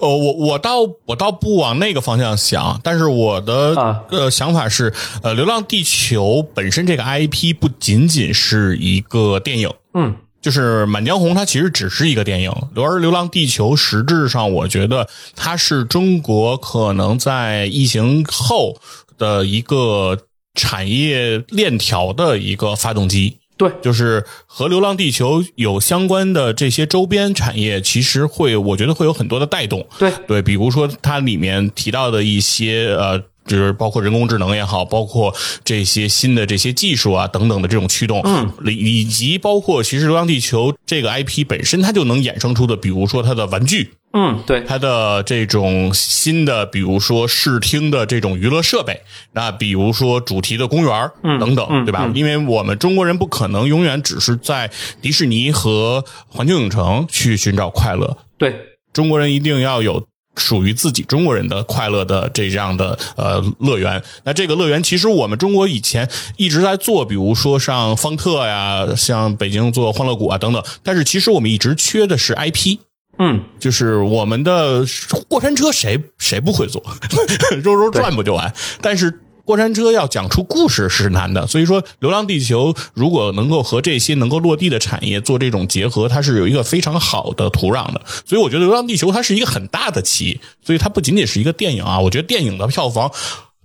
[SPEAKER 1] 呃，我我倒我倒不往那个方向想，但是我的、
[SPEAKER 2] 啊
[SPEAKER 1] 呃想法是，呃，《流浪地球》本身这个 IP 不仅仅是一个电影，
[SPEAKER 2] 嗯，
[SPEAKER 1] 就是《满江红》，它其实只是一个电影，而《流浪地球》实质上，我觉得它是中国可能在疫情后的一个产业链条的一个发动机。
[SPEAKER 2] 对，
[SPEAKER 1] 就是和《流浪地球》有相关的这些周边产业，其实会我觉得会有很多的带动。
[SPEAKER 2] 对
[SPEAKER 1] 对，比如说它里面提到的一些呃。就是包括人工智能也好，包括这些新的这些技术啊等等的这种驱动，嗯，以及包括其实《流浪地球》这个 IP 本身它就能衍生出的，比如说它的玩具，
[SPEAKER 2] 嗯，对，
[SPEAKER 1] 它的这种新的，比如说视听的这种娱乐设备，那比如说主题的公园儿等等，对吧？因为我们中国人不可能永远只是在迪士尼和环球影城去寻找快乐，
[SPEAKER 2] 对，
[SPEAKER 1] 中国人一定要有属于自己中国人的快乐的这样的呃乐园。那这个乐园其实我们中国以前一直在做，比如说像方特呀，像北京做欢乐谷啊等等，但是其实我们一直缺的是 IP。
[SPEAKER 2] 嗯，
[SPEAKER 1] 就是我们的过山车谁谁不会坐， 揉揉转不就完？但是过山车要讲出故事是难的，所以说《流浪地球》如果能够和这些能够落地的产业做这种结合，它是有一个非常好的土壤的。所以我觉得《流浪地球》它是一个很大的棋，所以它不仅仅是一个电影啊，我觉得电影的票房。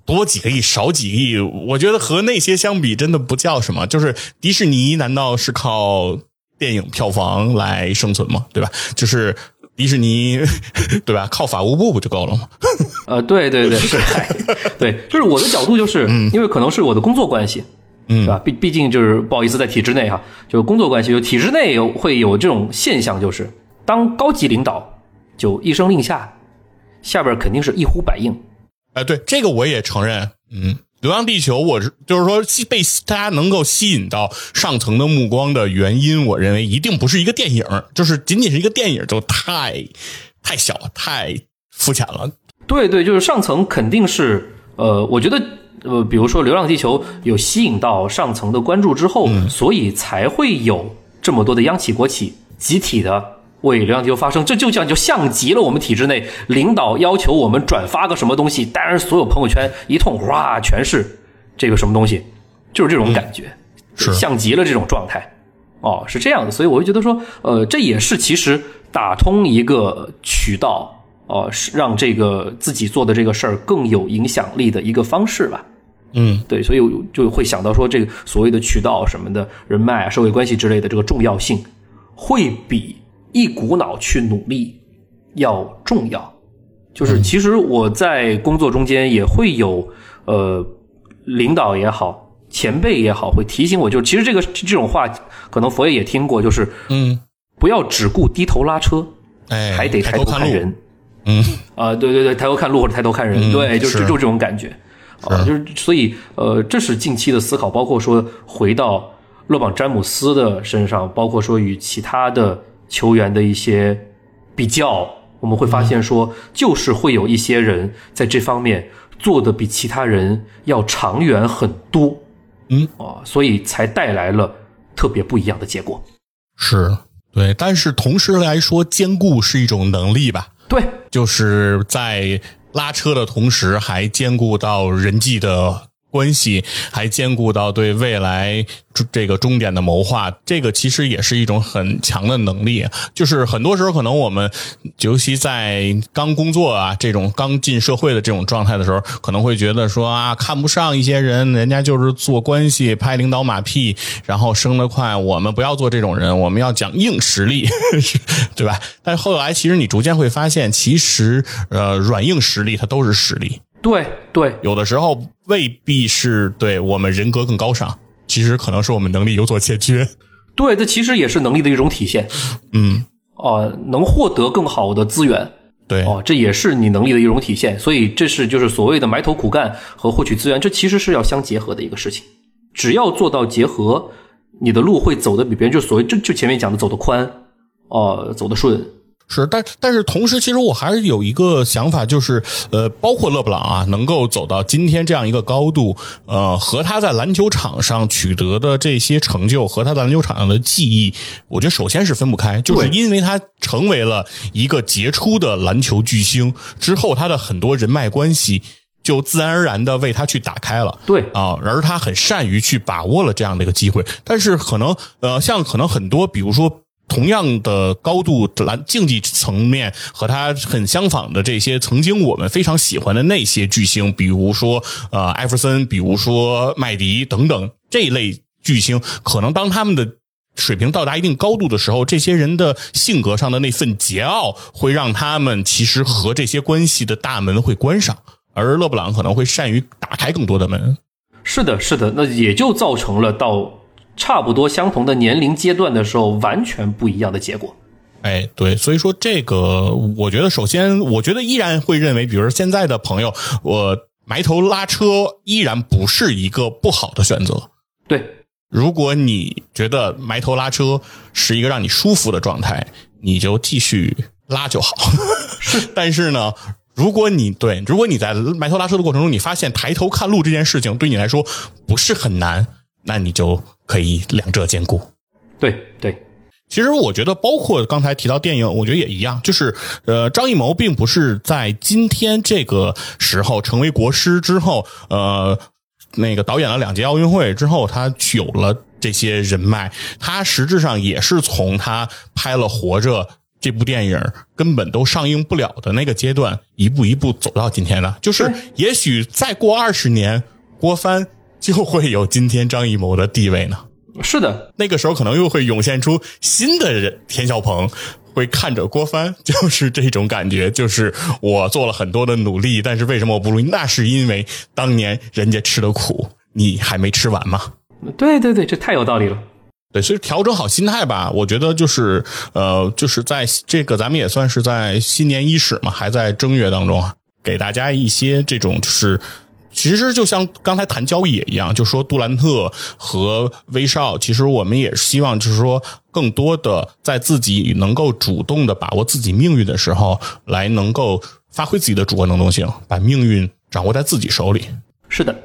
[SPEAKER 1] 多几个亿，少几个亿，我觉得和那些相比，真的不叫什么。就是迪士尼难道是靠电影票房来生存吗？对吧？就是迪士尼，对吧？靠法务部不就够了吗？
[SPEAKER 2] 呃，对对对，是，对，就是我的角度就是，因为可能是我的工作关系，
[SPEAKER 1] 嗯
[SPEAKER 2] 对吧？毕毕竟就是不好意思，在体制内哈，就是工作关系，就体制内有会有这种现象，就是当高级领导就一声令下，下边肯定是一呼百应，
[SPEAKER 1] 哎，对，这个我也承认。嗯，《流浪地球》，我是就是说吸被它能够吸引到上层的目光的原因，我认为一定不是一个电影，就是仅仅是一个电影就太太小了，太肤浅了。
[SPEAKER 2] 对对，就是上层肯定是呃，我觉得呃，比如说《流浪地球》有吸引到上层的关注之后，所以才会有这么多的央企国企集体的。为《流浪地球》发声，这就像就像极了我们体制内领导要求我们转发个什么东西，当然所有朋友圈一通哇，全是这个什么东西，就是这种感觉，
[SPEAKER 1] 是
[SPEAKER 2] 像极了这种状态。哦，是这样的，所以我就觉得说，呃，这也是其实打通一个渠道，哦、是让这个自己做的这个事儿更有影响力的一个方式吧。
[SPEAKER 1] 嗯，
[SPEAKER 2] 对，所以我就会想到说，这个所谓的渠道什么的、人脉啊、社会关系之类的这个重要性，会比一股脑去努力要重要。
[SPEAKER 1] 嗯
[SPEAKER 2] 就是其实我在工作中间也会有，呃，领导也好，前辈也好，会提醒我，就其实这个这种话，可能佛爷也听过，就是
[SPEAKER 1] 嗯，
[SPEAKER 2] 不要只顾低头拉车，
[SPEAKER 1] 哎，
[SPEAKER 2] 还得抬
[SPEAKER 1] 头
[SPEAKER 2] 头
[SPEAKER 1] 看
[SPEAKER 2] 看
[SPEAKER 1] 路。
[SPEAKER 2] 人。嗯，啊、对对对，抬头看路或者抬头看人，对，嗯就是就就这种感觉，啊、就是所以呃，这是近期的思考，包括说回到勒布朗詹姆斯的身上，包括说与其他的球员的一些比较，我们会发现说，就是会有一些人在这方面做的比其他人要长远很多，
[SPEAKER 1] 嗯
[SPEAKER 2] 啊，所以才带来了特别不一样的结果。
[SPEAKER 1] 是对，但是同时来说，兼顾是一种能力吧，
[SPEAKER 2] 对，
[SPEAKER 1] 就是在拉车的同时，还兼顾到人际的关系，还兼顾到对未来这这个终点的谋划。这个其实也是一种很强的能力。就是很多时候，可能我们尤其在刚工作啊这种刚进社会的这种状态的时候，可能会觉得说啊，看不上一些人，人家就是做关系、拍领导马屁，然后升得快。我们不要做这种人，我们要讲硬实力， 是对吧？但是后来，其实你逐渐会发现，其实呃，软硬实力它都是实力，
[SPEAKER 2] 对，对，
[SPEAKER 1] 有的时候未必是对我们人格更高尚，其实可能是我们能力有所欠缺。
[SPEAKER 2] 对，这其实也是能力的一种体现。
[SPEAKER 1] 嗯，
[SPEAKER 2] 啊，能获得更好的资源
[SPEAKER 1] 对，
[SPEAKER 2] 哦，这也是你能力的一种体现。所以这是就是所谓的埋头苦干和获取资源，这其实是要相结合的一个事情。只要做到结合，你的路会走得比别人就所谓就就前面讲的走得宽，哦、走得顺。
[SPEAKER 1] 是，但但是同时，其实我还是有一个想法，就是呃，包括勒布朗啊，能够走到今天这样一个高度，呃，和他在篮球场上取得的这些成就和他在篮球场上的技艺，我觉得首先是分不开，就是
[SPEAKER 2] 对
[SPEAKER 1] 因为他成为了一个杰出的篮球巨星之后，他的很多人脉关系就自然而然的为他去打开了。
[SPEAKER 2] 对，
[SPEAKER 1] 啊，而他很善于去把握了这样的一个机会。但是可能呃，像可能很多，比如说。同样的高度篮竞技层面和他很相仿的这些曾经我们非常喜欢的那些巨星，比如说呃艾弗森，比如说麦迪等等这一类巨星，可能当他们的水平到达一定高度的时候，这些人的性格上的那份桀骜，会让他们其实和这些关系的大门会关上，而勒布朗可能会善于打开更多的门。
[SPEAKER 2] 是的，是的，那也就造成了到差不多相同的年龄阶段的时候，完全不一样的结果。
[SPEAKER 1] 哎，对，所以说这个，我觉得首先，我觉得依然会认为，比如说现在的朋友，我埋头拉车依然不是一个不好的选择。
[SPEAKER 2] 对，
[SPEAKER 1] 如果你觉得埋头拉车是一个让你舒服的状态，你就继续拉就好。 但是呢，如果你对，如果你在埋头拉车的过程中，你发现抬头看路这件事情对你来说不是很难，那你就可以两者兼顾。
[SPEAKER 2] 对，对，
[SPEAKER 1] 其实我觉得，包括刚才提到电影，我觉得也一样，就是呃，张艺谋并不是在今天这个时候成为国师之后，呃，那个导演了两届奥运会之后，他有了这些人脉，他实质上也是从他拍了《活着》这部电影根本都上映不了的那个阶段，一步一步走到今天的。就是也许再过二十年，郭帆就会有今天张艺谋的地位呢。
[SPEAKER 2] 是的，
[SPEAKER 1] 那个时候可能又会涌现出新的人，田小鹏会看着郭帆， 就是这种感觉，就是我做了很多的努力，但是为什么我不如你？那是因为当年人家吃的苦，你还没吃完嘛。
[SPEAKER 2] 对，对，对，这太有道理了。
[SPEAKER 1] 对，所以调整好心态吧，我觉得就是呃，就是在这个咱们也算是在新年伊始嘛，还在正月当中啊，给大家一些这种就是。其实就像刚才谈交易也一样，就说杜兰特和威少，其实我们也希望就是说，更多的在自己能够主动的把握自己命运的时候，来能够发挥自己的主观能动性，把命运掌握在自己手里。
[SPEAKER 2] 是的，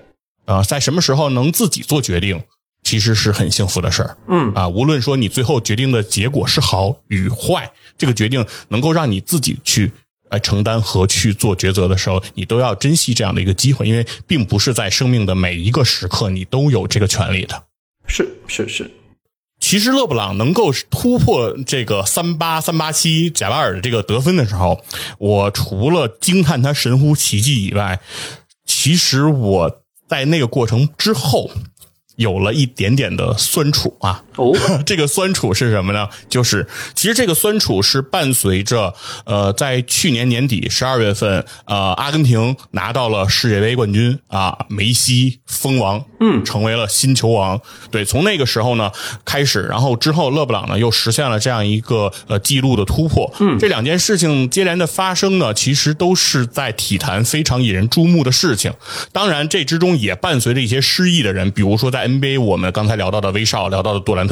[SPEAKER 1] 啊，在什么时候能自己做决定，其实是很幸福的事儿。
[SPEAKER 2] 嗯
[SPEAKER 1] 啊，无论说你最后决定的结果是好与坏，这个决定能够让你自己去呃承担和去做抉择的时候，你都要珍惜这样的一个机会，因为并不是在生命的每一个时刻你都有这个权利的。
[SPEAKER 2] 是，是，是。
[SPEAKER 1] 其实勒布朗能够突破这个三八三八七贾巴尔的这个得分的时候，我除了惊叹他神乎其技以外，其实我在那个过程之后有了一点点的酸楚啊。
[SPEAKER 2] 哦，
[SPEAKER 1] 这个酸楚是什么呢？就是其实这个酸楚是伴随着呃，在去年年底十二月份，呃，阿根廷拿到了世界杯冠军啊，梅西封王，嗯，成为了新球王。对，从那个时候呢开始，然后之后勒布朗呢又实现了这样一个呃记录的突破。嗯，这两件事情接连的发生呢，其实都是在体坛非常引人注目的事情。当然，这之中也伴随着一些失意的人，比如说在 NBA，我们刚才聊到的威少，聊到的杜兰特，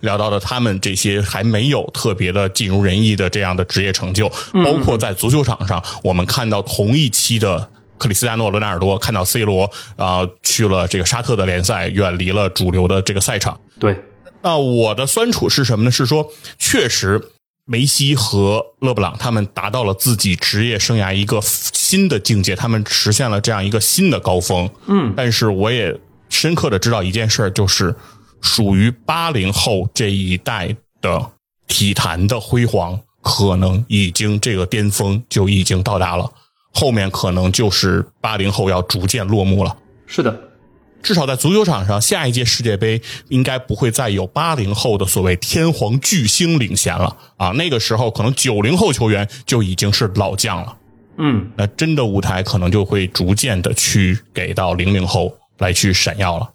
[SPEAKER 1] 聊到的他们这些还没有特别的尽如人意的这样的职业成就，包括在足球场上，我们看到同一期的。克里斯蒂亚诺·罗纳尔多看到 C 罗啊、去了这个沙特的联赛，远离了主流的这个赛场。
[SPEAKER 2] 对，
[SPEAKER 1] 那我的酸楚是什么呢？是说，确实梅西和勒布朗他们达到了自己职业生涯一个新的境界，他们实现了这样一个新的高峰。嗯，但是我也深刻的知道一件事儿，就是属于八零后这一代的体坛的辉煌，可能已经这个巅峰就已经到达了，后面可能就是八零后要逐渐落幕了。
[SPEAKER 2] 是的，
[SPEAKER 1] 至少在足球场上，下一届世界杯应该不会再有八零后的所谓天皇巨星领衔了啊！那个时候，可能九零后球员就已经是老将了。
[SPEAKER 2] 嗯，
[SPEAKER 1] 那真的舞台可能就会逐渐的去给到零零后来去闪耀了。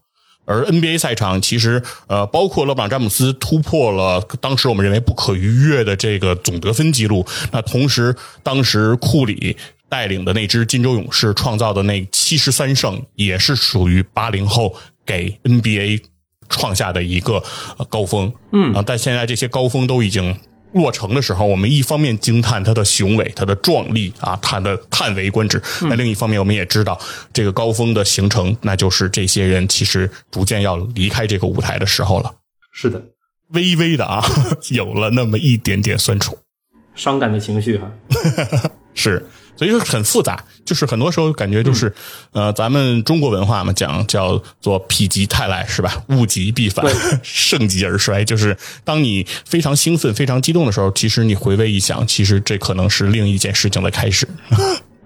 [SPEAKER 1] 而 NBA 赛场其实，呃，包括勒布朗詹姆斯突破了当时我们认为不可逾越的这个总得分记录。那同时，当时库里带领的那支金州勇士创造的那七十三胜，也是属于八零后给 NBA 创下的一个呃高峰。嗯啊，但现在这些高峰都已经落成的时候，我们一方面惊叹它的雄伟、它的壮丽啊，它的叹为观止；那另一方面，我们也知道这个高峰的形成，那就是这些人其实逐渐要离开这个舞台的时候了。
[SPEAKER 2] 是的，
[SPEAKER 1] 微微的啊， 有了那么一点点酸楚，
[SPEAKER 2] 伤感的情绪哈、
[SPEAKER 1] 是，所以说很复杂。就是很多时候感觉就是，呃，咱们中国文化嘛，讲叫做否极泰来是吧？物极必反
[SPEAKER 2] 对，
[SPEAKER 1] 盛极而衰。就是当你非常兴奋、非常激动的时候，其实你回味一想，其实这可能是另一件事情的开始。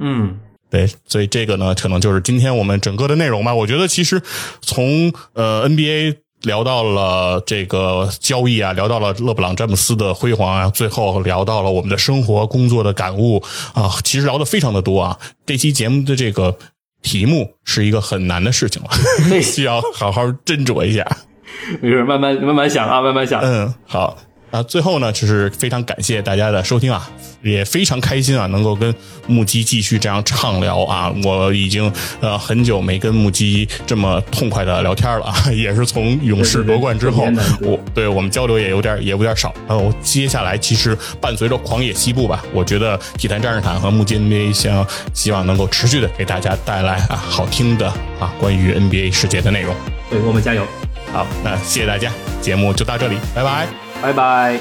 [SPEAKER 2] 嗯，
[SPEAKER 1] 对，所以这个呢，可能就是今天我们整个的内容吧。我觉得其实从呃 NBA 聊到了这个交易啊，聊到了勒布朗詹姆斯的辉煌啊，最后聊到了我们的生活、工作的感悟啊，其实聊的非常的多啊。这期节目的这个题目是一个很难的事情了，
[SPEAKER 2] 对
[SPEAKER 1] 需要好好斟酌一下。
[SPEAKER 2] 没事，慢慢慢慢想啊，慢慢想。
[SPEAKER 1] 嗯，好。啊，最后呢，就是非常感谢大家的收听啊，也非常开心啊，能够跟木鸡继续这样畅聊啊。我已经呃很久没跟木鸡这么痛快的聊天了啊， 也是从勇士夺冠之后，
[SPEAKER 2] 对对对
[SPEAKER 1] 我对我们交流也有点也有点少。呃，我接下来其实伴随着狂野西部吧，我觉得体坛战士坦和木鸡 NBA 相希望能够持续的给大家带来啊好听的啊关于 NBA 世界的内容。
[SPEAKER 2] 对我们加油，
[SPEAKER 1] 好，那谢谢大家，节目就到这里，拜拜。
[SPEAKER 2] 拜拜。